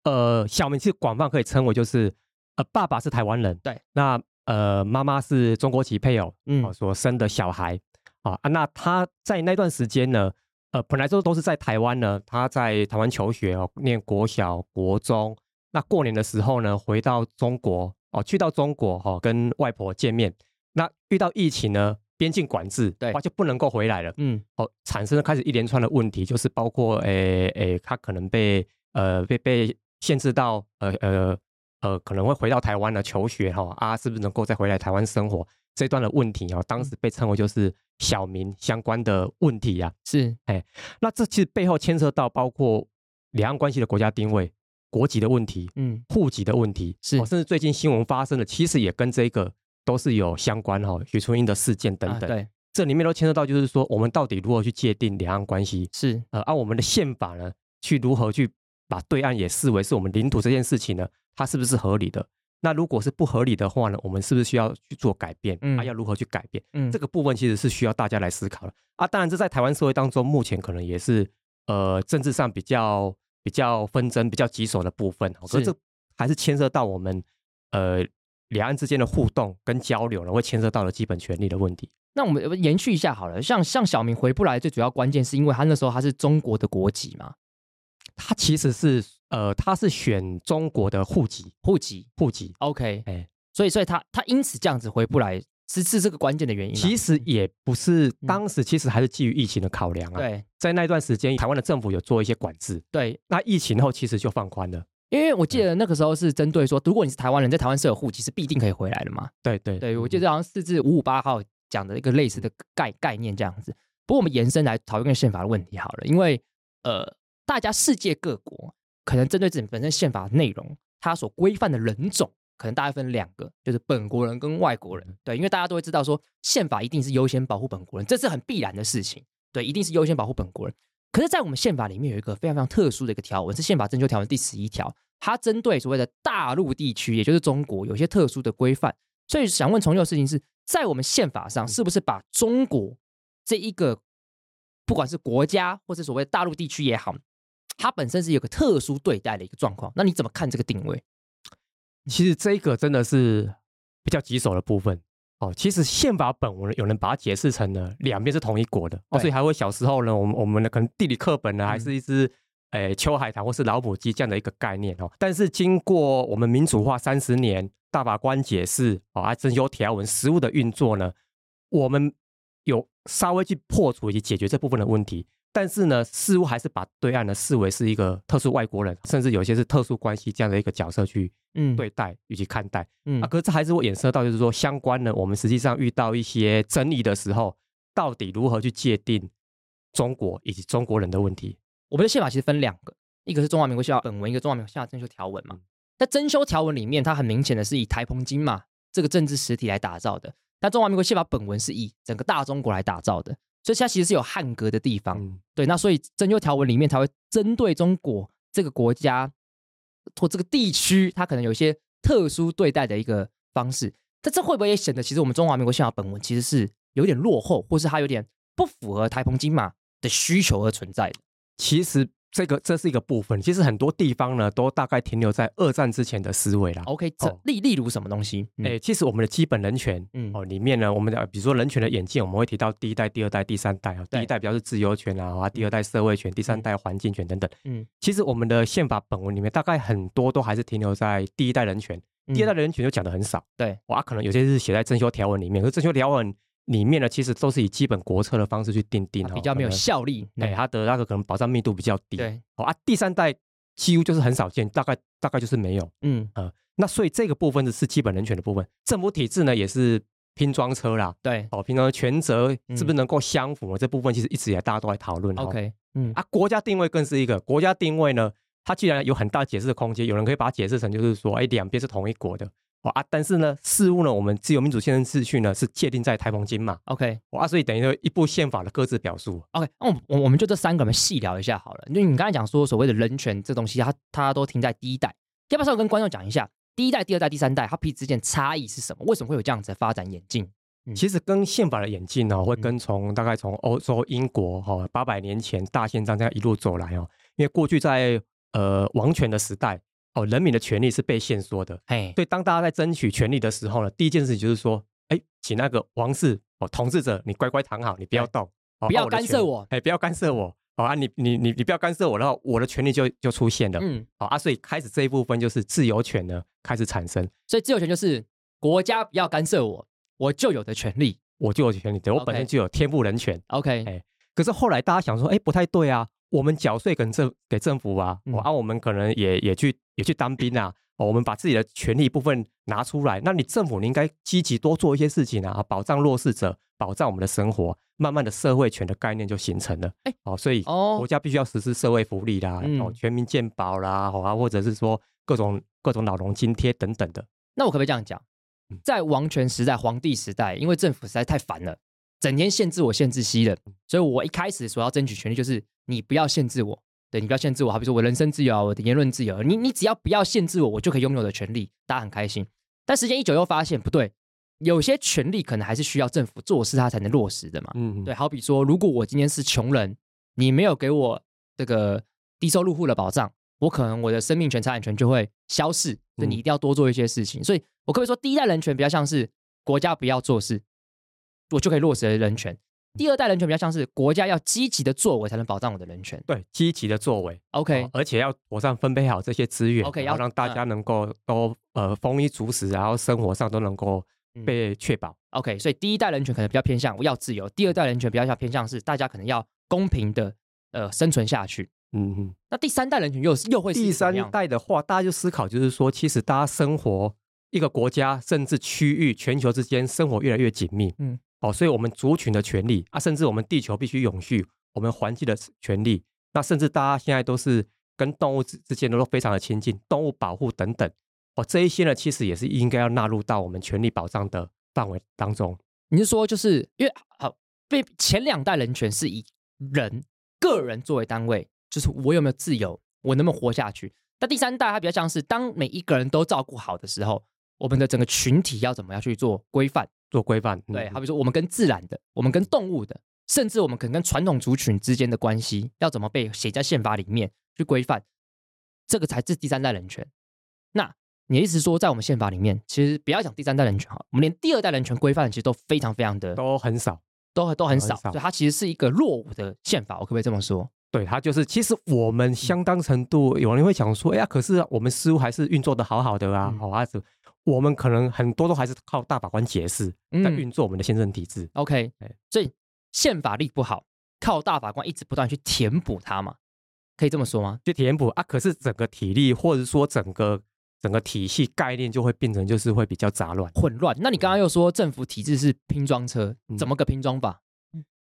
Speaker 3: 呃，小明是广泛可以称为就是呃，爸爸是台湾人，
Speaker 2: 对，
Speaker 3: 那呃，妈妈是中国籍配偶，
Speaker 2: 嗯
Speaker 3: 哦，所生的小孩啊啊。那他在那段时间呢，呃，本来都都是在台湾呢，他在台湾求学哦，念国小、国中。那过年的时候呢，回到中国哦，去到中国哦，跟外婆见面。那遇到疫情呢，边境管制，
Speaker 2: 对
Speaker 3: 哇，就不能够回来了。
Speaker 2: 嗯
Speaker 3: 哦，产生了开始一连串的问题，就是包括诶诶，他可能被呃被被限制到呃呃呃，可能会回到台湾呢求学哈、啊，是不是能够再回来台湾生活这一段的问题哦，
Speaker 2: 嗯
Speaker 3: 当时被称为就是小民相关的问题啊呀、
Speaker 2: 是
Speaker 3: 那这其实背后牵涉到包括两岸关系的国家定位、国籍的问题、
Speaker 2: 嗯
Speaker 3: 户籍的问题，
Speaker 2: 是
Speaker 3: 哦甚至最近新闻发生的，其实也跟这个都是有相关哈、哦，许春英的事件等
Speaker 2: 啊
Speaker 3: 等。
Speaker 2: 对
Speaker 3: 这里面都牵涉到，就是说我们到底如何去界定两岸关系，
Speaker 2: 是
Speaker 3: 呃，按我们的宪法呢，去如何去把对岸也视为是我们领土这件事情呢，它是不是合理的？那如果是不合理的话呢，我们是不是需要去做改变？
Speaker 2: 嗯
Speaker 3: 啊，要如何去改变？
Speaker 2: 嗯
Speaker 3: 这个部分其实是需要大家来思考的啊。当然，这在台湾社会当中，目前可能也是呃政治上比较比较纷争、比较棘手的部分。哦可是
Speaker 2: 是
Speaker 3: 这还是牵涉到我们呃两岸之间的互动跟交流呢，会牵涉到了基本权利的问题。
Speaker 2: 那我们呃延续一下好了，像像小明回不来，最主要关键是因为他那时候他是中国的国籍嘛，
Speaker 3: 他其实是呃，他是选中国的户籍，
Speaker 2: 户籍
Speaker 3: 户籍。
Speaker 2: ，OK，
Speaker 3: 哎
Speaker 2: 所以所以他他因此这样子回不来，是是这个关键的原因吗。
Speaker 3: 其实也不是，
Speaker 2: 嗯
Speaker 3: 当时其实还是基于疫情的考量啊。，
Speaker 2: 对
Speaker 3: 在那段时间，台湾的政府有做一些管制，
Speaker 2: 对，
Speaker 3: 那疫情后其实就放宽了。
Speaker 2: 因为我记得那个时候是针对说，如果你是台湾人，在台湾是有户籍，是必定可以回来的嘛。
Speaker 3: 对对嗯
Speaker 2: 对，我记得好像四至五五八号讲的一个类似的概概念这样子。不过我们延伸来讨论跟宪法的问题好了，因为呃，大家世界各国可能针对自己本身宪法的内容，它所规范的人种，可能大概分两个，就是本国人跟外国人。对，因为大家都会知道说，宪法一定是优先保护本国人，这是很必然的事情。对，一定是优先保护本国人。可是，在我们宪法里面有一个非常非常特殊的一个条文，是宪法征求条文第十一条，它针对所谓的大陆地区，也就是中国，有一些特殊的规范。所以想问重佑的事情是在我们宪法上，是不是把中国这一个不管是国家或是所谓大陆地区也好，它本身是有个特殊对待的一个状况？那你怎么看这个定位？
Speaker 3: 其实这个真的是比较棘手的部分哦。其实宪法本文有人把它解释成呢，两边是同一国的，哦、
Speaker 2: 对
Speaker 3: 所以还会小时候呢，我们我们的可能地理课本呢，啊还是一只。诶，秋海棠或是老母鸡这样的一个概念哦，但是经过我们民主化三十年，大法官解释哦，啊，征修条文实务的运作呢，我们有稍微去破除以及解决这部分的问题，但是呢，似乎还是把对岸呢视为是一个特殊外国人，甚至有些是特殊关系这样的一个角色去
Speaker 2: 嗯，
Speaker 3: 对，待以及看待
Speaker 2: 嗯
Speaker 3: 啊。可是这还是会衍生到，就是说相关的，我们实际上遇到一些争议的时候，到底如何去界定中国以及中国人的问题？
Speaker 2: 我们的宪法其实分两个，一个是中华民国宪法本文，一个中华民国宪法征修条文嘛。在征修条文里面，它很明显的是以台澎金马这个政治实体来打造的，但中华民国宪法本文是以整个大中国来打造的，所以它其实是有汉格的地方。
Speaker 3: 嗯
Speaker 2: 对，那所以征修条文里面才会针对中国这个国家或这个地区，它可能有一些特殊对待的一个方式。但这会不会也显得其实我们中华民国宪法本文其实是有点落后，或是它有点不符合台澎金马的需求而存在的？
Speaker 3: 其实这个这是一个部分，其实很多地方呢都大概停留在二战之前的思维啦。
Speaker 2: OK，这
Speaker 3: 哦
Speaker 2: 例例如什么东西？嗯
Speaker 3: 哎、其实我们的基本人权，
Speaker 2: 嗯
Speaker 3: 嗯，哦，里面呢，我们的比如说人权的演进，我们会提到第一代、第二代、第三代啊、哦，
Speaker 2: 对
Speaker 3: 第一代比较是自由权啊，啊，第二代社会权，第三代环境权等等。
Speaker 2: 嗯
Speaker 3: 嗯，其实我们的宪法本文里面，大概很多都还是停留在第一代人权，第二
Speaker 2: 嗯
Speaker 3: 代人权就讲的很少。
Speaker 2: 对
Speaker 3: 哇，可能有些是写在征修条文里面，可是征修条文里面呢，其实都是以基本国策的方式去定定、
Speaker 2: 啊
Speaker 3: 哦，
Speaker 2: 比较没有
Speaker 3: 可能
Speaker 2: 效力。嗯
Speaker 3: 哎、它的那个可能保障密度比较低。
Speaker 2: 对，
Speaker 3: 哦啊，第三代几乎就是很少见，大概大概就是没有。
Speaker 2: 嗯，
Speaker 3: 那所以这个部分是基本人权的部分，政府体制呢也是拼装车啦。
Speaker 2: 对
Speaker 3: 哦，平常权责
Speaker 2: 嗯
Speaker 3: 是不是能够相符？啊这部分其实一直以来大家都在讨论。哦
Speaker 2: ，OK，嗯
Speaker 3: 啊，国家定位更是一个国家定位呢，它既然有很大解释的空间，有人可以把它解释成就是说，哎，两边是同一国的。哦啊，但是呢，事物呢，我们自由民主宪政秩序呢是界定在台澎金嘛，
Speaker 2: ，OK，OK，
Speaker 3: 哦啊，所以等于说一部宪法的各自表述，
Speaker 2: 那我们我我们就这三个，我们细聊一下好了。因为你刚才讲说所谓的人权这东西，它它都停在第一代，要不要稍微跟观众讲一下第一代、第二代、第三代它彼此之间的差异是什么？为什么会有这样子的发展演进？嗯
Speaker 3: 其实跟宪法的演进呢、会跟从大概从欧洲英国哈八百年前大宪章这样一路走来哦，因为过去在呃王权的时代哦，人民的权利是被限缩的，
Speaker 2: 嘿，
Speaker 3: 所以当大家在争取权利的时候呢，第一件事情就是说，哎，请那个王室哦统治者你乖乖躺好，你不要动，哦
Speaker 2: 不要
Speaker 3: 啊的
Speaker 2: 干
Speaker 3: 权
Speaker 2: 涉我
Speaker 3: 哎，不要干涉我。哦啊，你你你你不要干涉我，然后我的权利就就出现了。
Speaker 2: 嗯，
Speaker 3: 哦啊，所以开始这一部分就是自由权呢开始产生，
Speaker 2: 所以自由权就是国家不要干涉我，我就有的权利。
Speaker 3: 我就有权利，对我本
Speaker 2: OK
Speaker 3: 身就有天赋人权。
Speaker 2: OK，
Speaker 3: 哎可是后来大家想说，哎，不太对啊，我们缴税给政给政府啊，
Speaker 2: 嗯
Speaker 3: 哦啊，我们可能也也去也去当兵啊，哦，我们把自己的权利部分拿出来，那你政府你应该积极多做一些事情啊，啊保障弱势者，保障我们的生活，慢慢的社会权的概念就形成了，
Speaker 2: 哎
Speaker 3: 哦，所以
Speaker 2: 哦
Speaker 3: 国，家必须要实施社会福利啦，
Speaker 2: 嗯
Speaker 3: 哦，全民健保啦，哦啊，或者是说各种各种老农津贴等等的，
Speaker 2: 那我可不可以这样讲
Speaker 3: 嗯？
Speaker 2: 在王权时代、皇帝时代，因为政府实在太烦了，整天限制我、限制西人，所以我一开始所要争取权利就是你不要限制我，对你不要限制我，好比说我人身自由啊、我的言论自由，你你只要不要限制我，我就可以拥有我的权利，大家很开心。但时间一久又发现不对，有些权利可能还是需要政府做事它才能落实的嘛。
Speaker 3: 嗯，
Speaker 2: 对，好比说，如果我今天是穷人，你没有给我这个低收入户的保障，我可能我的生命权、财产权就会消逝。所以你
Speaker 3: 嗯
Speaker 2: 一定要多做一些事情。所以我可不可以说，第一代人权比较像是国家不要做事，我就可以落实人
Speaker 3: 嗯
Speaker 2: 权；第二代人权比较像是国家要积极的作为才能保障我的人权。
Speaker 3: 对，积极的作为，
Speaker 2: OK，
Speaker 3: 哦而且要妥善分配好这些资源
Speaker 2: OK，
Speaker 3: 然后
Speaker 2: 要呃
Speaker 3: 让大家能够都呃丰衣足食，然后生活上都能够
Speaker 2: 嗯
Speaker 3: 被确保。
Speaker 2: OK，所以第一代人权可能比较偏向我要自由，第二代人权比较偏向是大家可能要公平的呃生存下去。
Speaker 3: 嗯嗯，
Speaker 2: 那第三代人权又是又会是
Speaker 3: 第
Speaker 2: 怎么样
Speaker 3: 三代的话，大家就思考就是说，其实大家生活一个国家甚至区域、全球之间生活越来越紧密。
Speaker 2: 嗯
Speaker 3: 嗯，哦，所以我们族群的权利啊，甚至我们地球必须永续，我们环境的权利，那甚至大家现在都是跟动物之之间都非常的亲近，动物保护等等。哦，这一些呢，其实也是应该要纳入到我们权利保障的范围当中。
Speaker 2: 你是说就是因为好被前两代人权是以人个人作为单位，就是我有没有自由，我能不能活下去？但第三代它比较像是当每一个人都照顾好的时候，我们的整个群体要怎么样去做规范？
Speaker 3: 做规范。嗯
Speaker 2: 对，好比说我们跟自然的，我们跟动物的，甚至我们可能跟传统族群之间的关系，要怎么被写在宪法里面去规范，这个才是第三代人权。那你的意思是说，在我们宪法里面，其实不要讲第三代人权哈，我们连第二代人权规范其实都非常非常的
Speaker 3: 都很少。
Speaker 2: 都都很
Speaker 3: 哦很
Speaker 2: 少，
Speaker 3: 少
Speaker 2: 所以它其实是一个落伍的宪法，我可不可以这么说？
Speaker 3: 对，它就是其实我们
Speaker 2: 嗯
Speaker 3: 相当程度，有人会想说，哎呀，可是我们似乎还是运作的好好的啊
Speaker 2: 嗯，
Speaker 3: 好啊，是我们可能很多都还是靠大法官解释在
Speaker 2: 嗯
Speaker 3: 运作我们的宪政体制。
Speaker 2: ，OK，
Speaker 3: 哎
Speaker 2: 所以宪法力不好，靠大法官一直不断去填补它嘛，可以这么说吗？
Speaker 3: 去填补啊，可是整个体力或者说整个整个体系概念就会变成就是会比较杂乱。
Speaker 2: 混乱。那你刚刚又说政府体制是拼装车，
Speaker 3: 嗯
Speaker 2: 怎么个拼装法？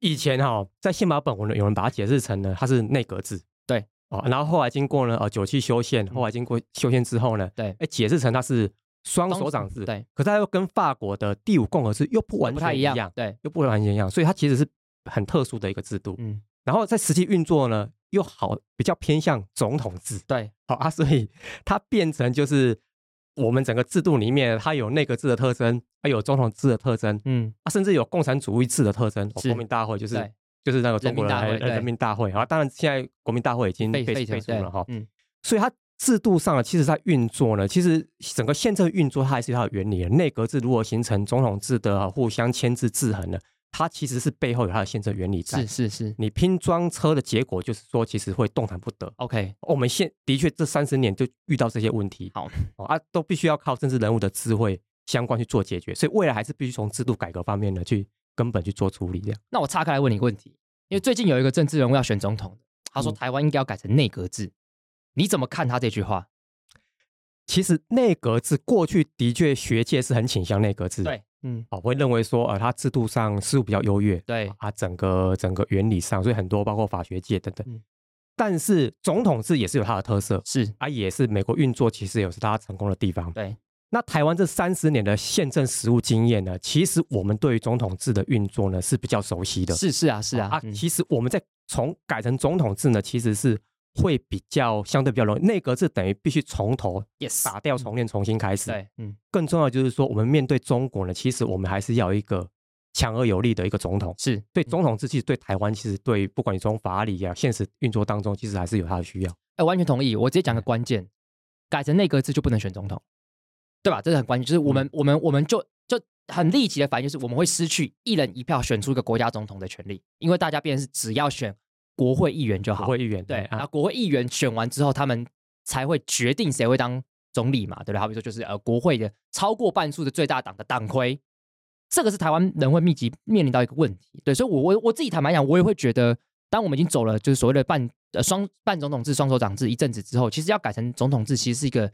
Speaker 3: 以前哈、在宪法本文呢，有人把它解释成呢，它是内阁制。
Speaker 2: 对，嗯
Speaker 3: 哦，然后后来经过呢，呃，九气修宪，后来经过修宪之后呢，
Speaker 2: 对
Speaker 3: 哎，解释成它是双手掌制，
Speaker 2: 对，
Speaker 3: 可是它又跟法国的第五共和制又不完
Speaker 2: 不太
Speaker 3: 全
Speaker 2: 一
Speaker 3: 一
Speaker 2: 样，对，
Speaker 3: 又不完全一样，所以它其实是很特殊的一个制度。
Speaker 2: 嗯，
Speaker 3: 然后在实际运作呢，又好比较偏向总统制，
Speaker 2: 对，
Speaker 3: 好、啊，所以 它变成就是我们整个制度里面，它有内阁制的特征，它有总统制的特征，
Speaker 2: 嗯，
Speaker 3: 啊，甚至有共产主义制的特征。哦
Speaker 2: 是
Speaker 3: 国民大会就是
Speaker 2: 对
Speaker 3: 就是那个中
Speaker 2: 人民
Speaker 3: 国人
Speaker 2: 大会
Speaker 3: 还呃
Speaker 2: 对
Speaker 3: 人民大会，然后当然现在国民大会已经被
Speaker 2: 被被
Speaker 3: 废除
Speaker 2: 对
Speaker 3: 了哈、
Speaker 2: 嗯，
Speaker 3: 所以它制度上呢，其实它运作呢，其实整个宪政运作它还是有它的原理的。内阁制如何形成总统制的互相牵制制衡呢？它其实是背后有它的宪政原理在
Speaker 2: 是。是是
Speaker 3: 你拼装车的结果就是说，其实会动弹不得。
Speaker 2: ，OK，
Speaker 3: 我们现的确这三十年就遇到这些问题，
Speaker 2: 好
Speaker 3: 哦啊，都必须要靠政治人物的智慧相关去做解决，所以未来还是必须从制度改革方面呢去根本去做处理。这样，
Speaker 2: 那我岔开来问你一个问题，因为最近有一个政治人物要选总统的，他说
Speaker 3: 嗯
Speaker 2: 台湾应该要改成内阁制，你怎么看他这句话？
Speaker 3: 其实内阁制过去的确学界是很倾向内阁制，，
Speaker 2: 对，嗯，
Speaker 3: 哦，会认为说呃它制度上似乎比较优越，
Speaker 2: 对，
Speaker 3: 啊，整个整个原理上，所以很多包括法学界等等，
Speaker 2: 嗯
Speaker 3: 但是总统制也是有它的特色，
Speaker 2: 是，
Speaker 3: 啊，也是美国运作其实也是它成功的地方。
Speaker 2: 对，
Speaker 3: 那台湾这三十年的宪政实务经验呢，其实我们对于总统制的运作呢是比较熟悉的。
Speaker 2: 是是啊是啊，
Speaker 3: 啊，
Speaker 2: 嗯
Speaker 3: 其实我们在从改成总统制呢，其实是会比较相对比较容易。内阁制等于必须从头
Speaker 2: yes，
Speaker 3: 打掉重练，重新开始。，
Speaker 2: 对，嗯，
Speaker 3: 更重要就是说，我们面对中国呢，其实我们还是要有一个强而有力的一个总统。
Speaker 2: 是
Speaker 3: 对总统制，其实对台湾，其实对不管你从法理啊、现实运作当中，其实还是有它的需要。
Speaker 2: 哎、完全同意。我直接讲个
Speaker 3: 嗯
Speaker 2: 关键，改成内阁制就不能选总统，对吧？这是很关键，就是我
Speaker 3: 嗯
Speaker 2: 们、我们我们就就很立即的反应，就是我们会失去一人一票选出一个国家总统的权利，因为大家变成是只要选国会议员就
Speaker 3: 国
Speaker 2: 好。
Speaker 3: 会议员
Speaker 2: 对，然
Speaker 3: 啊
Speaker 2: 后，国会议员选完之后，他们才会决定谁会当总理嘛，对不对？好比说就是呃，国会的超过半数的最大党的党魁，这个是台湾人会密集面临到一个问题。对，所以我我我自己坦白讲，我也会觉得，当我们已经走了就是所谓的半呃双半总统制、双手掌制一阵子之后，其实要改成总统制，其实是一个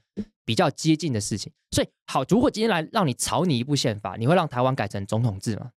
Speaker 2: 比较接近的事情。所以好，如果今天来让你草拟一部宪法，你会让台湾改成总统制吗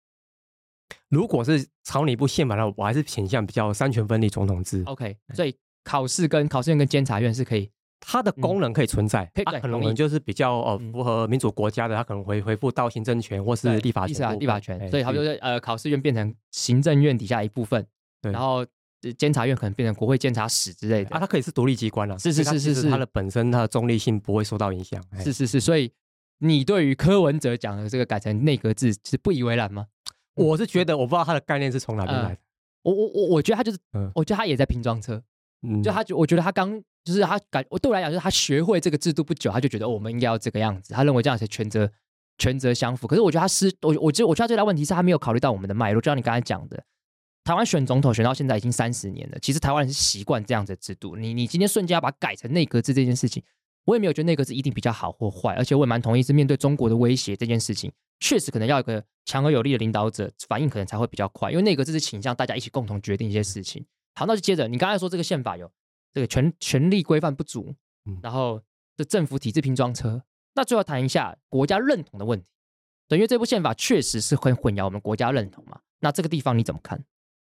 Speaker 3: 如果是朝你一部宪法的话，我还是倾向比较三权分立总统制。
Speaker 2: ？OK，所以考试跟考试院跟监察院是可以
Speaker 3: 它的功能可以存在，
Speaker 2: 嗯可以
Speaker 3: 它
Speaker 2: 对
Speaker 3: 可能
Speaker 2: 同意
Speaker 3: 就是比较呃
Speaker 2: 嗯
Speaker 3: 符合民主国家的，它可能回回复到行政权或是
Speaker 2: 对
Speaker 3: 立法
Speaker 2: 立
Speaker 3: 权
Speaker 2: 法
Speaker 3: 部分。
Speaker 2: 立法权，
Speaker 3: 哎
Speaker 2: 所以他
Speaker 3: 是
Speaker 2: 就是呃，考试院变成行政院底下一部分，
Speaker 3: 对
Speaker 2: 然后呃监察院可能变成国会监察室之类
Speaker 3: 啊，
Speaker 2: 的，
Speaker 3: 它可以是独立机关了，
Speaker 2: 是
Speaker 3: 所
Speaker 2: 是
Speaker 3: 以它
Speaker 2: 是
Speaker 3: 其
Speaker 2: 是
Speaker 3: 实它的本身它的中立性不会受到影响。哎
Speaker 2: 是是是，所以你对于柯文哲讲的这个改成内阁制是不以为然吗？
Speaker 3: 我是觉得我不知道它的概念是从
Speaker 2: 嗯
Speaker 3: 哪边来的，
Speaker 2: 我我我我觉得他就是
Speaker 3: 嗯，
Speaker 2: 我觉得他也在拼装车，
Speaker 3: 嗯，
Speaker 2: 就他觉我觉得他刚就是他感，我对我来讲就是他学会这个制度不久，他就觉得、哦、我们应该要这个样子，他认为这样才权责权责相符。可是我觉得他失我我觉得我觉得他最大问题是他没有考虑到我们的脉络，就像你刚才讲的，台湾选总统选到现在已经三十年了，其实台湾人是习惯这样子的制度。你你今天瞬间要把它改成内阁制这件事情，我也没有觉得内阁制一定比较好或坏，而且我也蛮同意是面对中国的威胁这件事情，确实可能要有一个强而有力的领导者反应可能才会比较快，因为内阁制是倾向大家一起共同决定一些事情。好，那就接着你刚才说这个宪法有这个权权力规范不足
Speaker 3: 嗯，
Speaker 2: 然后这政府体制拼装车，那最后谈一下国家认同的问题。对，因为这部宪法确实是很混淆我们国家认同嘛。那这个地方你怎么看？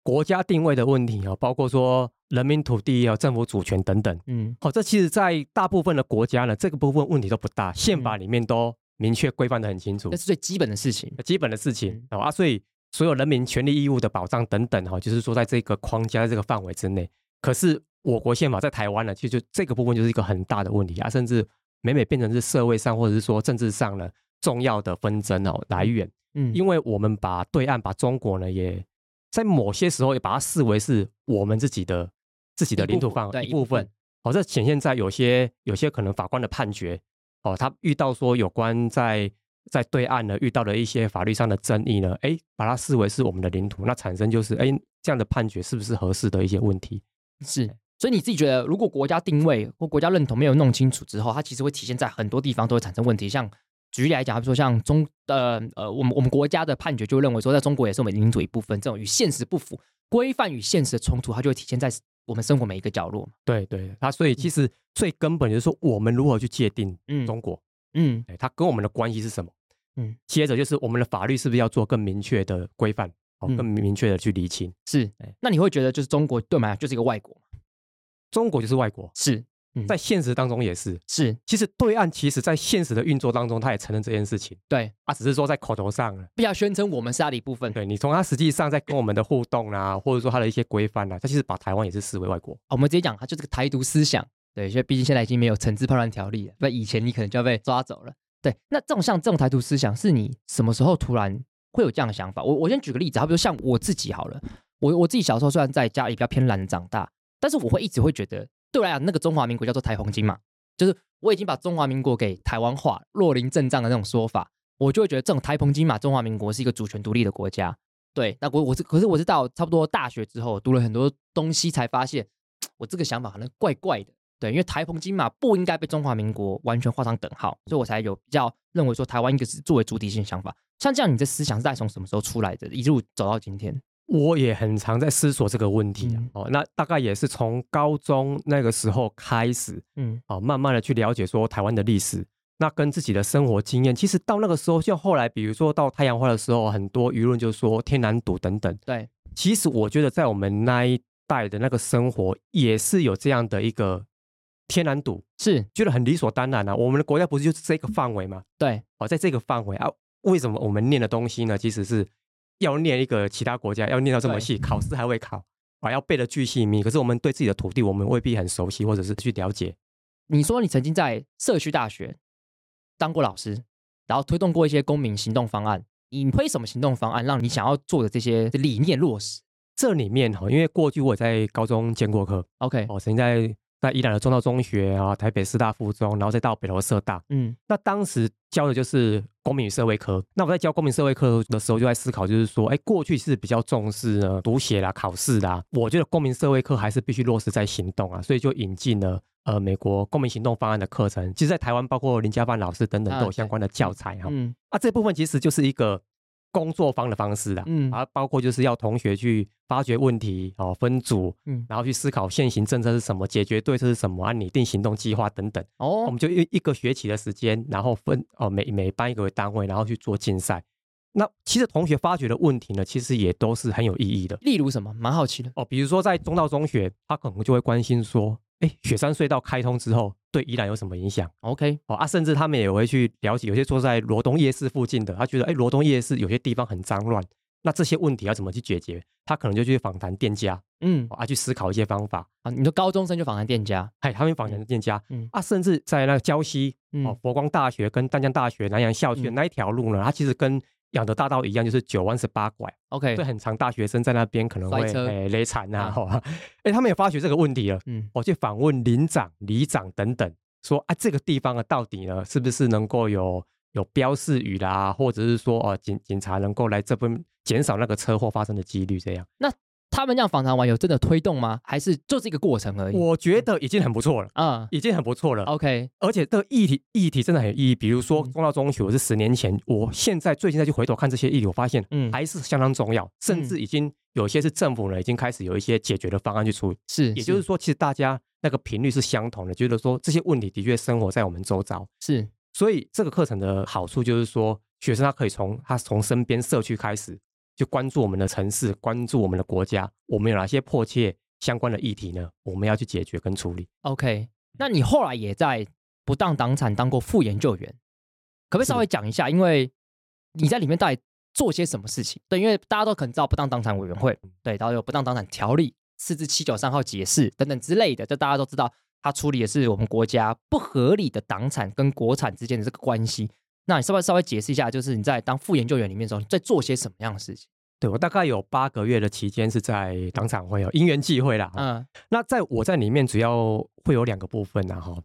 Speaker 3: 国家定位的问题啊，包括说人民土地啊、政府主权等等。
Speaker 2: 嗯，
Speaker 3: 哦，这其实，在大部分的国家呢，这个部分问题都不大，宪法里面都明确规范的很清楚
Speaker 2: 这。
Speaker 3: 呃
Speaker 2: 嗯是最基本的事情。
Speaker 3: 基本的事情
Speaker 2: 嗯、
Speaker 3: 哦、啊，所以所有人民权利义务的保障等等哈、哦，就是说在这个框架、在这个范围之内。可是我国宪法在台湾呢，其实就这个部分就是一个很大的问题啊，甚至每每变成是社会上或者是说政治上呢重要的纷争哦来源，
Speaker 2: 嗯，
Speaker 3: 因为我们把对岸、把中国呢，也在某些时候也把它视为是我们自己的自己的
Speaker 2: 一部
Speaker 3: 领土
Speaker 2: 分
Speaker 3: 范围
Speaker 2: 对
Speaker 3: 一
Speaker 2: 一
Speaker 3: 部
Speaker 2: 部分
Speaker 3: 分。好、这显现在有些有些可能法官的判决，哦，他遇到说有关在在对岸呢遇到的一些法律上的争议呢，哎，把它视为是我们的领土，那产生就是哎这样的判决是不是合适的一些问题？
Speaker 2: 是。所以你自己觉得，如果国家定位或国家认同没有弄清楚之后，它其实会体现在很多地方都会产生问题。像举例来讲，比如说像中呃呃，我们我们国家的判决就认为说，在中国也是我们领土一部分，这种与现实不符、规范与现实的冲突，它就会体现在我们生活每一个角落嘛。
Speaker 3: 对对，他所以其实最根本就是说我们如何去界定
Speaker 2: 嗯
Speaker 3: 中国。
Speaker 2: 嗯
Speaker 3: 哎，它跟我们的关系是什么？
Speaker 2: 嗯，
Speaker 3: 接着就是我们的法律是不是要做更明确的规范，哦，
Speaker 2: 嗯
Speaker 3: 更明确的去厘清。
Speaker 2: 是
Speaker 3: 哎。
Speaker 2: 那你会觉得就是中国对我们来讲就是一个外国嘛？
Speaker 3: 中国就是外国，
Speaker 2: 是嗯
Speaker 3: 在现实当中也是。
Speaker 2: 是，
Speaker 3: 其实对岸其实在现实的运作当中，他也承认这件事情，
Speaker 2: 对，
Speaker 3: 啊，只是说在口头上了。
Speaker 2: 不要宣称我们是它的一部分。
Speaker 3: 对你从他实际上在跟我们的互动啊，或者说他的一些规范啊，他其实把台湾也是视为外国。
Speaker 2: 哦我们直接讲，它就是个台独思想。对，因为毕竟现在已经没有惩治叛乱条例了，不然以前你可能就要被抓走了。对，那这种像这种台独思想，是你什么时候突然会有这样的想法？我我先举个例子，好比如像我自己好了，我我自己小时候虽然在家里比较偏懒的长大，但是我会一直会觉得，对我来讲，那个中华民国叫做台红金嘛，就是我已经把中华民国给台湾化、若林正藏的那种说法，我就会觉得这种台澎金马中华民国是一个主权独立的国家。对，那我我是可是我是到差不多大学之后读了很多东西，才发现我这个想法好像怪怪的。对，因为台澎金马不应该被中华民国完全画上等号，所以我才有比较认为说台湾应该是作为主体性想法。像这样，你这思想是在从什么时候出来的？一路走到今天，
Speaker 3: 我也很常在思索这个问题啊。
Speaker 2: 嗯
Speaker 3: 哦，那大概也是从高中那个时候开始，
Speaker 2: 嗯，
Speaker 3: 哦，慢慢的去了解说台湾的历史，那跟自己的生活经验，其实到那个时候，就后来比如说到太阳花的时候，很多舆论就说天然赌等等。
Speaker 2: 对，
Speaker 3: 其实我觉得在我们那一代的那个生活，也是有这样的一个天然赌，
Speaker 2: 是，
Speaker 3: 觉得很理所当然啊。我们的国家不是就是这个范围吗？
Speaker 2: 对，
Speaker 3: 哦，在这个范围啊，为什么我们念的东西呢？其实是要念一个其他国家要念到这么
Speaker 2: 对
Speaker 3: 细，考试还会考。啊，要背的巨细密，可是我们对自己的土地，我们未必很熟悉，或者是去了解。
Speaker 2: 你说你曾经在社区大学当过老师，然后推动过一些公民行动方案。你推什么行动方案，让你想要做的这些理念落实
Speaker 3: 这里面哈，因为过去我也在高中兼过课，
Speaker 2: ？OK，
Speaker 3: 我曾经在在宜兰的中道中学啊、台北师大附中，然后再到北投社大。
Speaker 2: 嗯，
Speaker 3: 那当时教的就是公民与社会科。那我在教公民社会科的时候，就在思考，就是说，哎，过去是比较重视呢读写啦、考试啦，我觉得公民社会科还是必须落实在行动啊，所以就引进了呃美国公民行动方案的课程。其实，在台湾包括林家范老师等等
Speaker 2: 啊
Speaker 3: 都有相
Speaker 2: 对
Speaker 3: 关的教材哈、
Speaker 2: 嗯
Speaker 3: 啊，这部分其实就是一个工作坊的方式啦，
Speaker 2: 嗯
Speaker 3: 啊，包括就是要同学去发掘问题，哦，分组，
Speaker 2: 嗯，
Speaker 3: 然后去思考现行政策是什么，解决对策是什么，啊，拟定行动计划等等。我
Speaker 2: 哦
Speaker 3: 们，就一一个学期的时间，然后分哦每每班一个单位，然后去做竞赛。那其实同学发掘的问题呢，其实也都是很有意义的
Speaker 2: 例如什么，蛮好奇的。
Speaker 3: 哦。比如说在中道中学，他可能就会关心说，哎，雪山隧道开通之后对宜兰有什么影响？
Speaker 2: OK，
Speaker 3: 哦啊，甚至他们也会去了解，有些住在罗东夜市附近的，他觉得哎，诶罗东夜市有些地方很脏乱，那这些问题要怎么去解决？他可能就去访谈店家、
Speaker 2: 嗯，
Speaker 3: 哦、啊，去思考一些方法。
Speaker 2: 啊，你说高中生就访谈店家，
Speaker 3: 哎，他们访谈店家、
Speaker 2: 嗯
Speaker 3: 啊，甚至在那个礁溪、
Speaker 2: 嗯
Speaker 3: 哦，佛光大学跟淡江大学南洋校区的
Speaker 2: 嗯
Speaker 3: 那一条路呢，它其实跟养德大道一样，就是九弯十八拐，
Speaker 2: ，OK，
Speaker 3: 所以很常大学生在那边可能会
Speaker 2: 摔车
Speaker 3: 哎勒惨
Speaker 2: 啊
Speaker 3: 啊，哦 哎，他们也发觉这个问题了。
Speaker 2: 嗯
Speaker 3: 我哦去访问林长、里长等等，说啊，这个地方啊，到底呢，是不是能够有有标示语啦，或者是说哦，警警察能够来这边减少那个车祸发生的几率？这样，，
Speaker 2: 他们这样访谈完有真的推动吗？还是就是一个过程而已？
Speaker 3: 我觉得已经很不错了，
Speaker 2: 啊、
Speaker 3: 已经很不错了。
Speaker 2: o k
Speaker 3: 而且这个议题议题真的很有意义，比如说
Speaker 2: 嗯
Speaker 3: 中到中学，我是十年前，我现在最近再去回头看这些议题，我发现
Speaker 2: 嗯，
Speaker 3: 还是相当重要，甚至已经有些是政府呢已经开始有一些解决的方案去处理。
Speaker 2: 是，
Speaker 3: 也就是说，其实大家那个频率是相同的，觉得说这些问题的确生活在我们周遭。
Speaker 2: 是是
Speaker 3: 所以这个课程的好处就是说，学生他可以从他从身边社区开始，就关注我们的城市，关注我们的国家，我们有哪些迫切相关的议题呢？我们要去解决跟处理。
Speaker 2: OK。那你后来也在不当党产当过副研究员，可不可以稍微讲一下？因为你在里面到底做些什么事情？对，因为大家都可能知道不当党产委员
Speaker 3: 嗯
Speaker 2: 会，对，然后有不当党产条例四至七九三号解释等等之类的，这大家都知道，它处理的是我们国家不合理的党产跟国产之间的这个关系。那你稍微稍微解释一下，就是你在当副研究员里面的时候，你在做些什么样的事情？
Speaker 3: 对我大概有八个月的期间是在党产会哦，因缘际会啦。
Speaker 2: 嗯
Speaker 3: 那在我在里面主要会有两个部分然啊哈。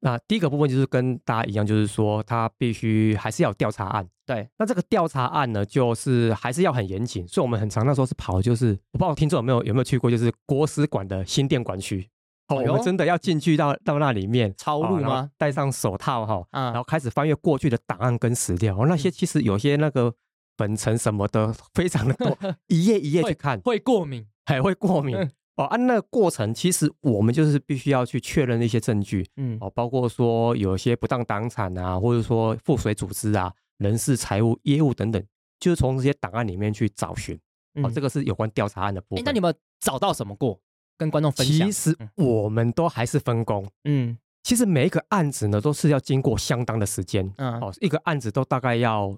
Speaker 3: 那第一个部分就是跟大家一样，就是说他必须还是要有调查案。
Speaker 2: 对，
Speaker 3: 那这个调查案呢，就是还是要很严谨，所以我们很常那时候是跑，就是我不知道听众有没有有没有去过，就是国史馆的新店馆区。
Speaker 2: 哎
Speaker 3: 哦，我
Speaker 2: 呦
Speaker 3: 们真的要进去到到那 里面
Speaker 2: 抄
Speaker 3: 哦
Speaker 2: 录
Speaker 3: 然后
Speaker 2: 吗
Speaker 3: 戴上手套哈，然
Speaker 2: 啊嗯
Speaker 3: 后开始翻阅过去的档案跟史料，哦那些其实有些那个粉尘什么的，非常的 多，一页一页去看。
Speaker 2: 会过敏，
Speaker 3: 还会过敏
Speaker 2: 嗯。
Speaker 3: 哦，按、那个过程，其实我们就是必须要去确认一些证据
Speaker 2: 嗯
Speaker 3: 哦，包括说有些不当党产啊，或者说赋水组织啊、人事、财务、业务等等，就是从这些档案里面去找寻。哦，
Speaker 2: 嗯
Speaker 3: 这个是有关调查案的部
Speaker 2: 哎
Speaker 3: 分。，
Speaker 2: 那你有没有找到什么过？跟观众分享。
Speaker 3: 其实
Speaker 2: 嗯
Speaker 3: 我们都还是分工，
Speaker 2: 嗯
Speaker 3: 其实每一个案子呢都是要经过相当的时间，
Speaker 2: 嗯，
Speaker 3: 哦，一个案子都大概要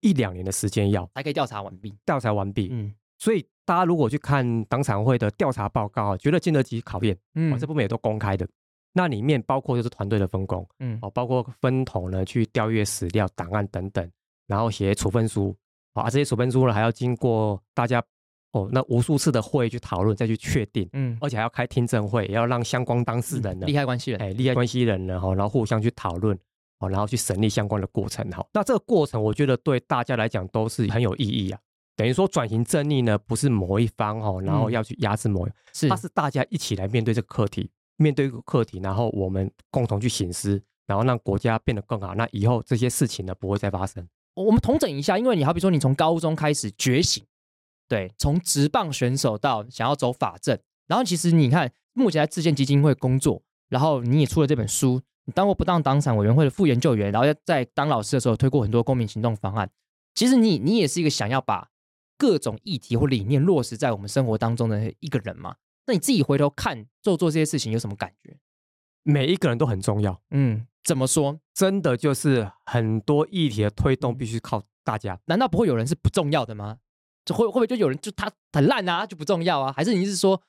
Speaker 3: 一两年的时间要
Speaker 2: 才可以调查完毕。
Speaker 3: 调查完毕。
Speaker 2: 嗯
Speaker 3: 所以大家如果去看党产会的调查报告啊，觉得经得起考验，哦，
Speaker 2: 嗯
Speaker 3: 这部分也都公开的。那里面包括就是团队的分工，
Speaker 2: 嗯
Speaker 3: 哦，包括分头呢去调阅史料、档案等等，然后写处分书，哦啊，这些处分书呢还要经过大家哦那无数次的会去讨论，再去确定，
Speaker 2: 嗯，
Speaker 3: 而且还要开听证会，也要让相关当事人呢
Speaker 2: 利害关系人。
Speaker 3: 哎利害关系人呢，哈，然后互相去讨论，哦，然后去审理相关的过程，哈。那这个过程，我觉得对大家来讲都是很有意义啊。等于说转型正义呢，不是某一方哈，哦然后
Speaker 2: 嗯
Speaker 3: 要去压制某一，
Speaker 2: 是
Speaker 3: 它是大家一起来面对这个课题，面对这个课题，然后我们共同去醒思，然后让国家变得更好。那以后这些事情呢，不会再发生。
Speaker 2: 我我们统整一下，因为你好比说你从高中开始觉醒，对，从职棒选手到想要走法政，然后其实你看目前在自建基金会工作，然后你也出了这本书，你当过不当党产委员会的副研究员，然后在当老师的时候推过很多公民行动方案。其实你你也是一个想要把各种议题或理念落实在我们生活当中的一个人嘛？那你自己回头看做做这些事情有什么感觉？
Speaker 3: 每一个人都很重要，
Speaker 2: 嗯，怎么说？
Speaker 3: 真的就是很多议题的推动必须靠大家。
Speaker 2: 难道不会有人是不重要的吗？就会会不会就有人就他很烂啊，就不重要啊？还是你是说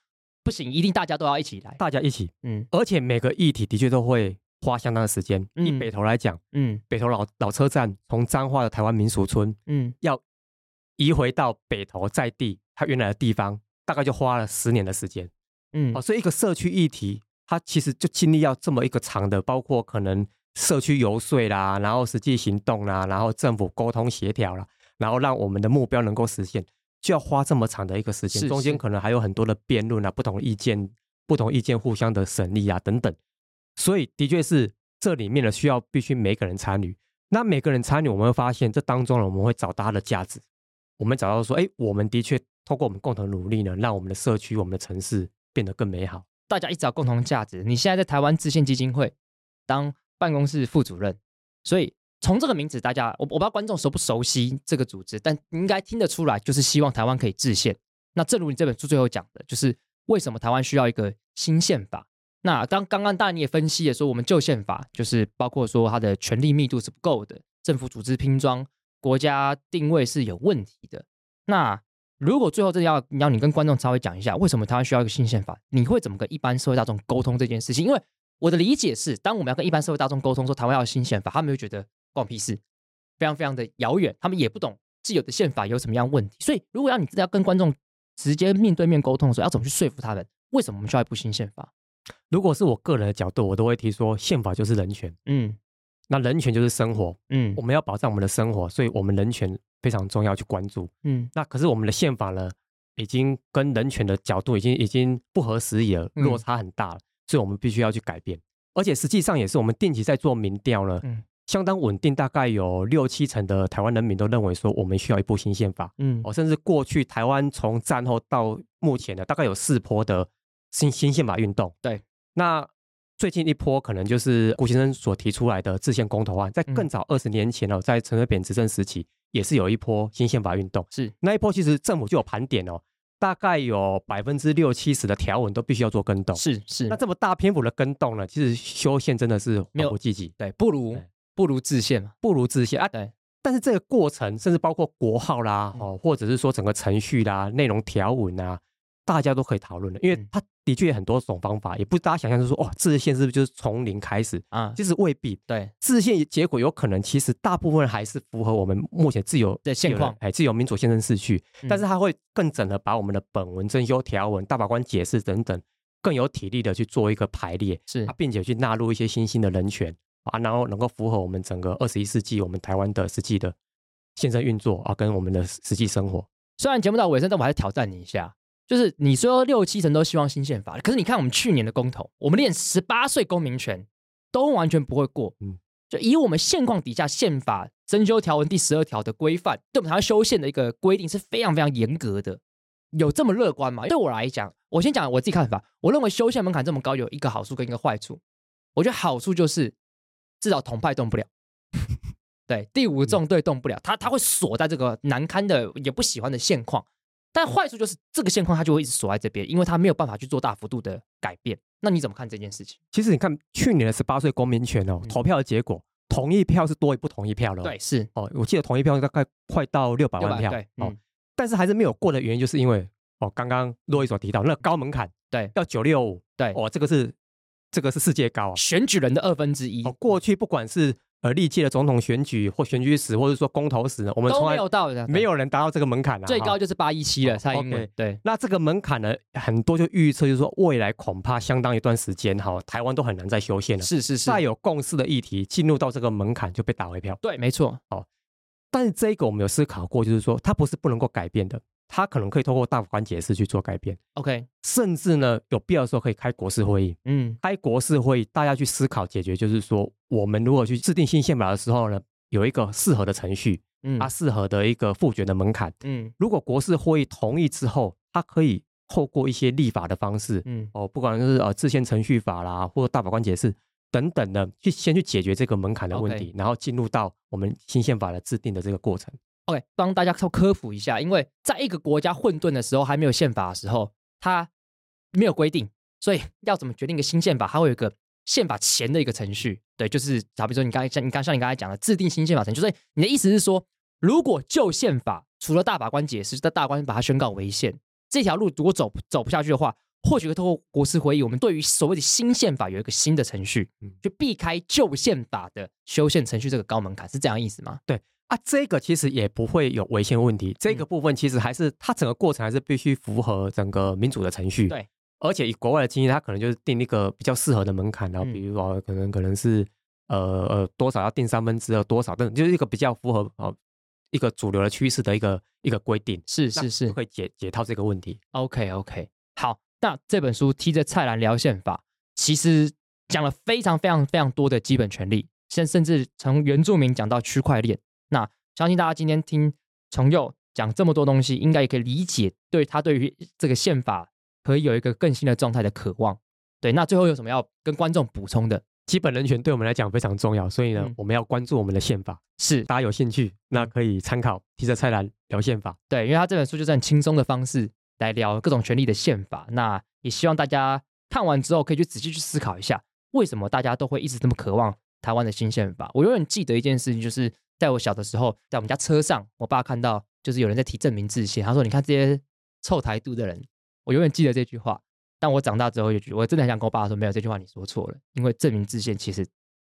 Speaker 2: 不行，一定大家都要一起来？
Speaker 3: 大家一起，
Speaker 2: 嗯
Speaker 3: 而且每个议题的确都会花相当的时间。
Speaker 2: 嗯
Speaker 3: 以北投来讲，
Speaker 2: 嗯
Speaker 3: 北投老老车站从彰化的台湾民俗村
Speaker 2: 嗯，
Speaker 3: 移回到北投在地它原来的地方，大概就花了十年的时间。
Speaker 2: 嗯
Speaker 3: 哦，所以一个社区议题，它其实就经历要这么一个长的，包括可能社区游说啦，然后实际行动啦，然后政府沟通协调啦，然后让我们的目标能够实现，就要花这么长的一个时间，
Speaker 2: 是
Speaker 3: 中间
Speaker 2: 是
Speaker 3: 可能还有很多的辩论啊，不同意见、不同意见互相的审议啊等等。所以的确是这里面的需要必须每个人参与。那每个人参与，我们会发现这当中呢，我们会找到它的价值，我们找到说，哎，我们的确透过我们共同努力呢，让我们的社区、我们的城市变得更美好。
Speaker 2: 大家一直有共同价值。你现在在台湾自信基金会当办公室副主任，所以从这个名字，大家我我不知道观众熟不熟悉这个组织，但应该听得出来，就是希望台湾可以制宪。那正如你这本书最后讲的，就是为什么台湾需要一个新宪法。那当刚刚大然你也分析了说，我们旧宪法就是包括说它的权力密度是不够的，政府组织拼装、国家定位是有问题的。那如果最后真的要要你跟观众稍微讲一下，为什么台湾需要一个新宪法？你会怎么跟一般社会大众沟通这件事情？因为我的理解是，当我们要跟一般社会大众沟通说台湾要有新宪法，他们会觉得关我屁事，非常非常的遥远，他们也不懂既有的宪法有什么样的问题。所以，如果要你真的要跟观众直接面对面沟通的时候，要怎么去说服他们？为什么我们需要一部新宪法？
Speaker 3: 如果是我个人的角度，我都会提说，宪法就是人权，
Speaker 2: 嗯
Speaker 3: 那人权就是生活，
Speaker 2: 嗯
Speaker 3: 我们要保障我们的生活，所以我们人权非常重要去关注。
Speaker 2: 嗯
Speaker 3: 那可是我们的宪法呢，已经跟人权的角度已经已经不合时宜了，
Speaker 2: 嗯
Speaker 3: 落差很大了，所以我们必须要去改变。而且实际上也是我们定期在做民调呢，
Speaker 2: 嗯
Speaker 3: 相当稳定，大概有六七成的台湾人民都认为说我们需要一部新宪法。
Speaker 2: 嗯
Speaker 3: 哦，甚至过去台湾从战后到目前的大概有四波的新新宪法运动。
Speaker 2: 对，
Speaker 3: 那最近一波可能就是顾先生所提出来的制宪公投案，在更
Speaker 2: 嗯
Speaker 3: 早二十年前哦，在陈水扁执政时期也是有一波新宪法运动。
Speaker 2: 是
Speaker 3: 那一波其实政府就有盘点哦，大概有百分之六七十的条文都必须要做更动。
Speaker 2: 是是
Speaker 3: 那，这么大篇幅的更动呢，其实修宪真的是
Speaker 2: 没有
Speaker 3: 缓不积极，
Speaker 2: 对，不如
Speaker 3: 对
Speaker 2: 不如制宪嘛。
Speaker 3: 不如制宪啊。
Speaker 2: 对，
Speaker 3: 但是这个过程，甚至包括国号啦，
Speaker 2: 嗯
Speaker 3: 哦，或者是说整个程序啦、内容条文啊，大家都可以讨论的，因为
Speaker 2: 嗯
Speaker 3: 它的确有很多种方法，也不大家想象就是说，哦，制宪是不是就是从零开始？
Speaker 2: 啊，
Speaker 3: 其实未必，
Speaker 2: 对
Speaker 3: 制宪结果有可能其实大部分还是符合我们目前自由
Speaker 2: 对现
Speaker 3: 自由人
Speaker 2: 况
Speaker 3: 哎，自由民主宪政秩序，
Speaker 2: 嗯
Speaker 3: 但是它会更整合把我们的本文、征修条文、大法官解释等等，更有体力的去做一个排列，
Speaker 2: 是
Speaker 3: 啊，并且去纳入一些新兴的人权啊，然后能够符合我们整个二十一世纪我们台湾的实际的宪政运作啊，跟我们的实实际生活。
Speaker 2: 虽然节目到尾声，但我还是挑战你一下。就是你说六七成都希望新宪法，可是你看我们去年的公投，我们连十八岁公民权都完全不会过。嗯
Speaker 3: 嗯，
Speaker 2: 就以我们现况底下宪法征修条文第十二条的规范，对我们台湾修宪的一个规定是非常非常严格的。有这么乐观吗？对我来讲，我先讲我自己看法。我认为修宪门槛这么高，有一个好处跟一个坏处。我觉得好处就是至少同派动不了，
Speaker 3: 嗯
Speaker 2: 对第五纵队动不了，他他会锁在这个难堪的也不喜欢的现况。但坏处就是这个现况它就会一直锁在这边，因为它没有办法去做大幅度的改变。那你怎么看这件事情？
Speaker 3: 其实你看去年的十八岁公民权哦，
Speaker 2: 嗯
Speaker 3: 投票的结果，同意票是多于不同意票了。
Speaker 2: 对，，是
Speaker 3: 哦，我记得同意票大概快到六百
Speaker 2: 六
Speaker 3: 万
Speaker 2: 百
Speaker 3: 票。
Speaker 2: 对，
Speaker 3: 哦
Speaker 2: 嗯，，
Speaker 3: 但是还是没有过的原因，就是因为哦，刚刚洛伊所提到那个高门槛，
Speaker 2: 对
Speaker 3: 要九六五，
Speaker 2: 对
Speaker 3: 哦，这个是这个是世界高啊。
Speaker 2: 选举人的二分之一
Speaker 3: 哦，过去不管是呃历届的总统选举或选举史，或者说公投史呢，我们
Speaker 2: 都
Speaker 3: 从
Speaker 2: 没
Speaker 3: 来
Speaker 2: 有到的，
Speaker 3: 没有人达到这个门槛啊。
Speaker 2: 最高
Speaker 3: 哈
Speaker 2: 就是八一七了，
Speaker 3: 哦
Speaker 2: 蔡英文
Speaker 3: OK
Speaker 2: 对
Speaker 3: 那这个门槛呢，很多就预测就是说未来恐怕相当一段时间哈，台湾都很难再修宪了。
Speaker 2: 是是是
Speaker 3: 再，有共识的议题进入到这个门槛就被打回票。
Speaker 2: 对，没错，
Speaker 3: 但是这个我们有思考过，就是说它不是不能够改变的，它可能可以透过大法官解释去做改变，
Speaker 2: OK，
Speaker 3: 甚至呢有必要的时候可以开国事会议。
Speaker 2: 嗯，
Speaker 3: 开国事会议，大家去思考解决，就是说我们如何去制定新宪法的时候呢，有一个适合的程序，
Speaker 2: 嗯
Speaker 3: 它适合的一个复决的门槛。
Speaker 2: 嗯
Speaker 3: 如果国事会议同意之后，它可以透过一些立法的方式，
Speaker 2: 嗯，
Speaker 3: 哦，不管是呃制宪程序法啦，或者大法官解释等等的，去先去解决这个门槛的问题然后进入到我们新宪法的制定的这个过程。
Speaker 2: OK，帮大家科普一下，因为在一个国家混沌的时候，还没有宪法的时候，它没有规定，所以要怎么决定一个新宪法，它会有一个宪法前的一个程序。对，就是好比说你刚才像你刚像你刚才讲的，制定新宪法程序。所以你的意思是说，如果旧宪法除了大法官解释，但大法官把它宣告违宪，这条路如果走不走不下去的话，或许会透过国事会议，我们对于所谓的新宪法有一个新的程序
Speaker 3: 嗯，
Speaker 2: 去避开旧宪法的修宪程序这个高门槛，是这样的意思吗？
Speaker 3: 啊，这个其实也不会有违宪问题。这个
Speaker 2: 嗯
Speaker 3: 部分其实还是它整个过程还是必须符合整个民主的程序。
Speaker 2: 对，
Speaker 3: 而且以国外的经验，它可能就是定一个比较适合的门槛，然后
Speaker 2: 嗯
Speaker 3: 比如说、呃可能可能是呃呃多少要定三分之二多少，等等，就是一个比较符合哦一个主流的趋势的一个一个规定。
Speaker 2: 是
Speaker 3: 那
Speaker 2: 是是
Speaker 3: 就，可以解解套这个问题。
Speaker 2: OK OK，好，那这本书《踢着菜篮聊宪法》其实讲了非常非常非常多的基本权利，甚甚至从原住民讲到区块链。那相信大家今天听从佑讲这么多东西，应该也可以理解对他对于这个宪法可以有一个更新的状态的渴望。对，那最后有什么要跟观众补充的？
Speaker 3: 基本人权对我们来讲非常重要，所以呢，
Speaker 2: 嗯
Speaker 3: 我们要关注我们的宪法。
Speaker 2: 是
Speaker 3: 大家有兴趣，那可以参考提着菜篮聊宪法。
Speaker 2: 对，因为他这本书就是很轻松的方式来聊各种权利的宪法。那也希望大家看完之后可以去仔细去思考一下，为什么大家都会一直这么渴望台湾的新宪法？我永远记得一件事情，就是在我小的时候，在我们家车上，我爸看到就是有人在提证明制宪，他说：“你看这些臭台独的人。”我永远记得这句话。但我长大之后也觉得，我真的很想跟我爸说，没有这句话你说错了，因为证明制宪其实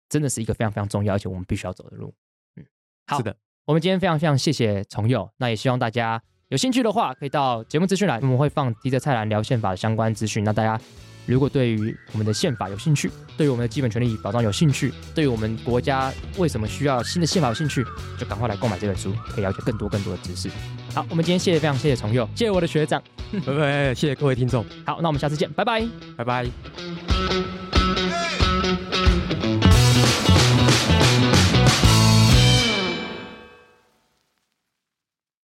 Speaker 2: 真的是一个非常非常重要，而且我们必须要走的路。嗯，好
Speaker 3: 是 的，
Speaker 2: 我们今天非常非常谢谢崇佑，那也希望大家有兴趣的话，可以到节目资讯栏，我们会放提着菜篮聊宪法的相关资讯。那大家如果对于我们的宪法有兴趣，对于我们的基本权利保障有兴趣，对于我们国家为什么需要新的宪法有兴趣，就赶快来购买这本书，可以了解更多更多的知识。好，我们今天谢谢非常谢谢崇佑，谢谢我的学长。
Speaker 3: 拜拜，谢谢各位听众，
Speaker 2: 好，那我们下次见，拜拜。
Speaker 3: 拜拜。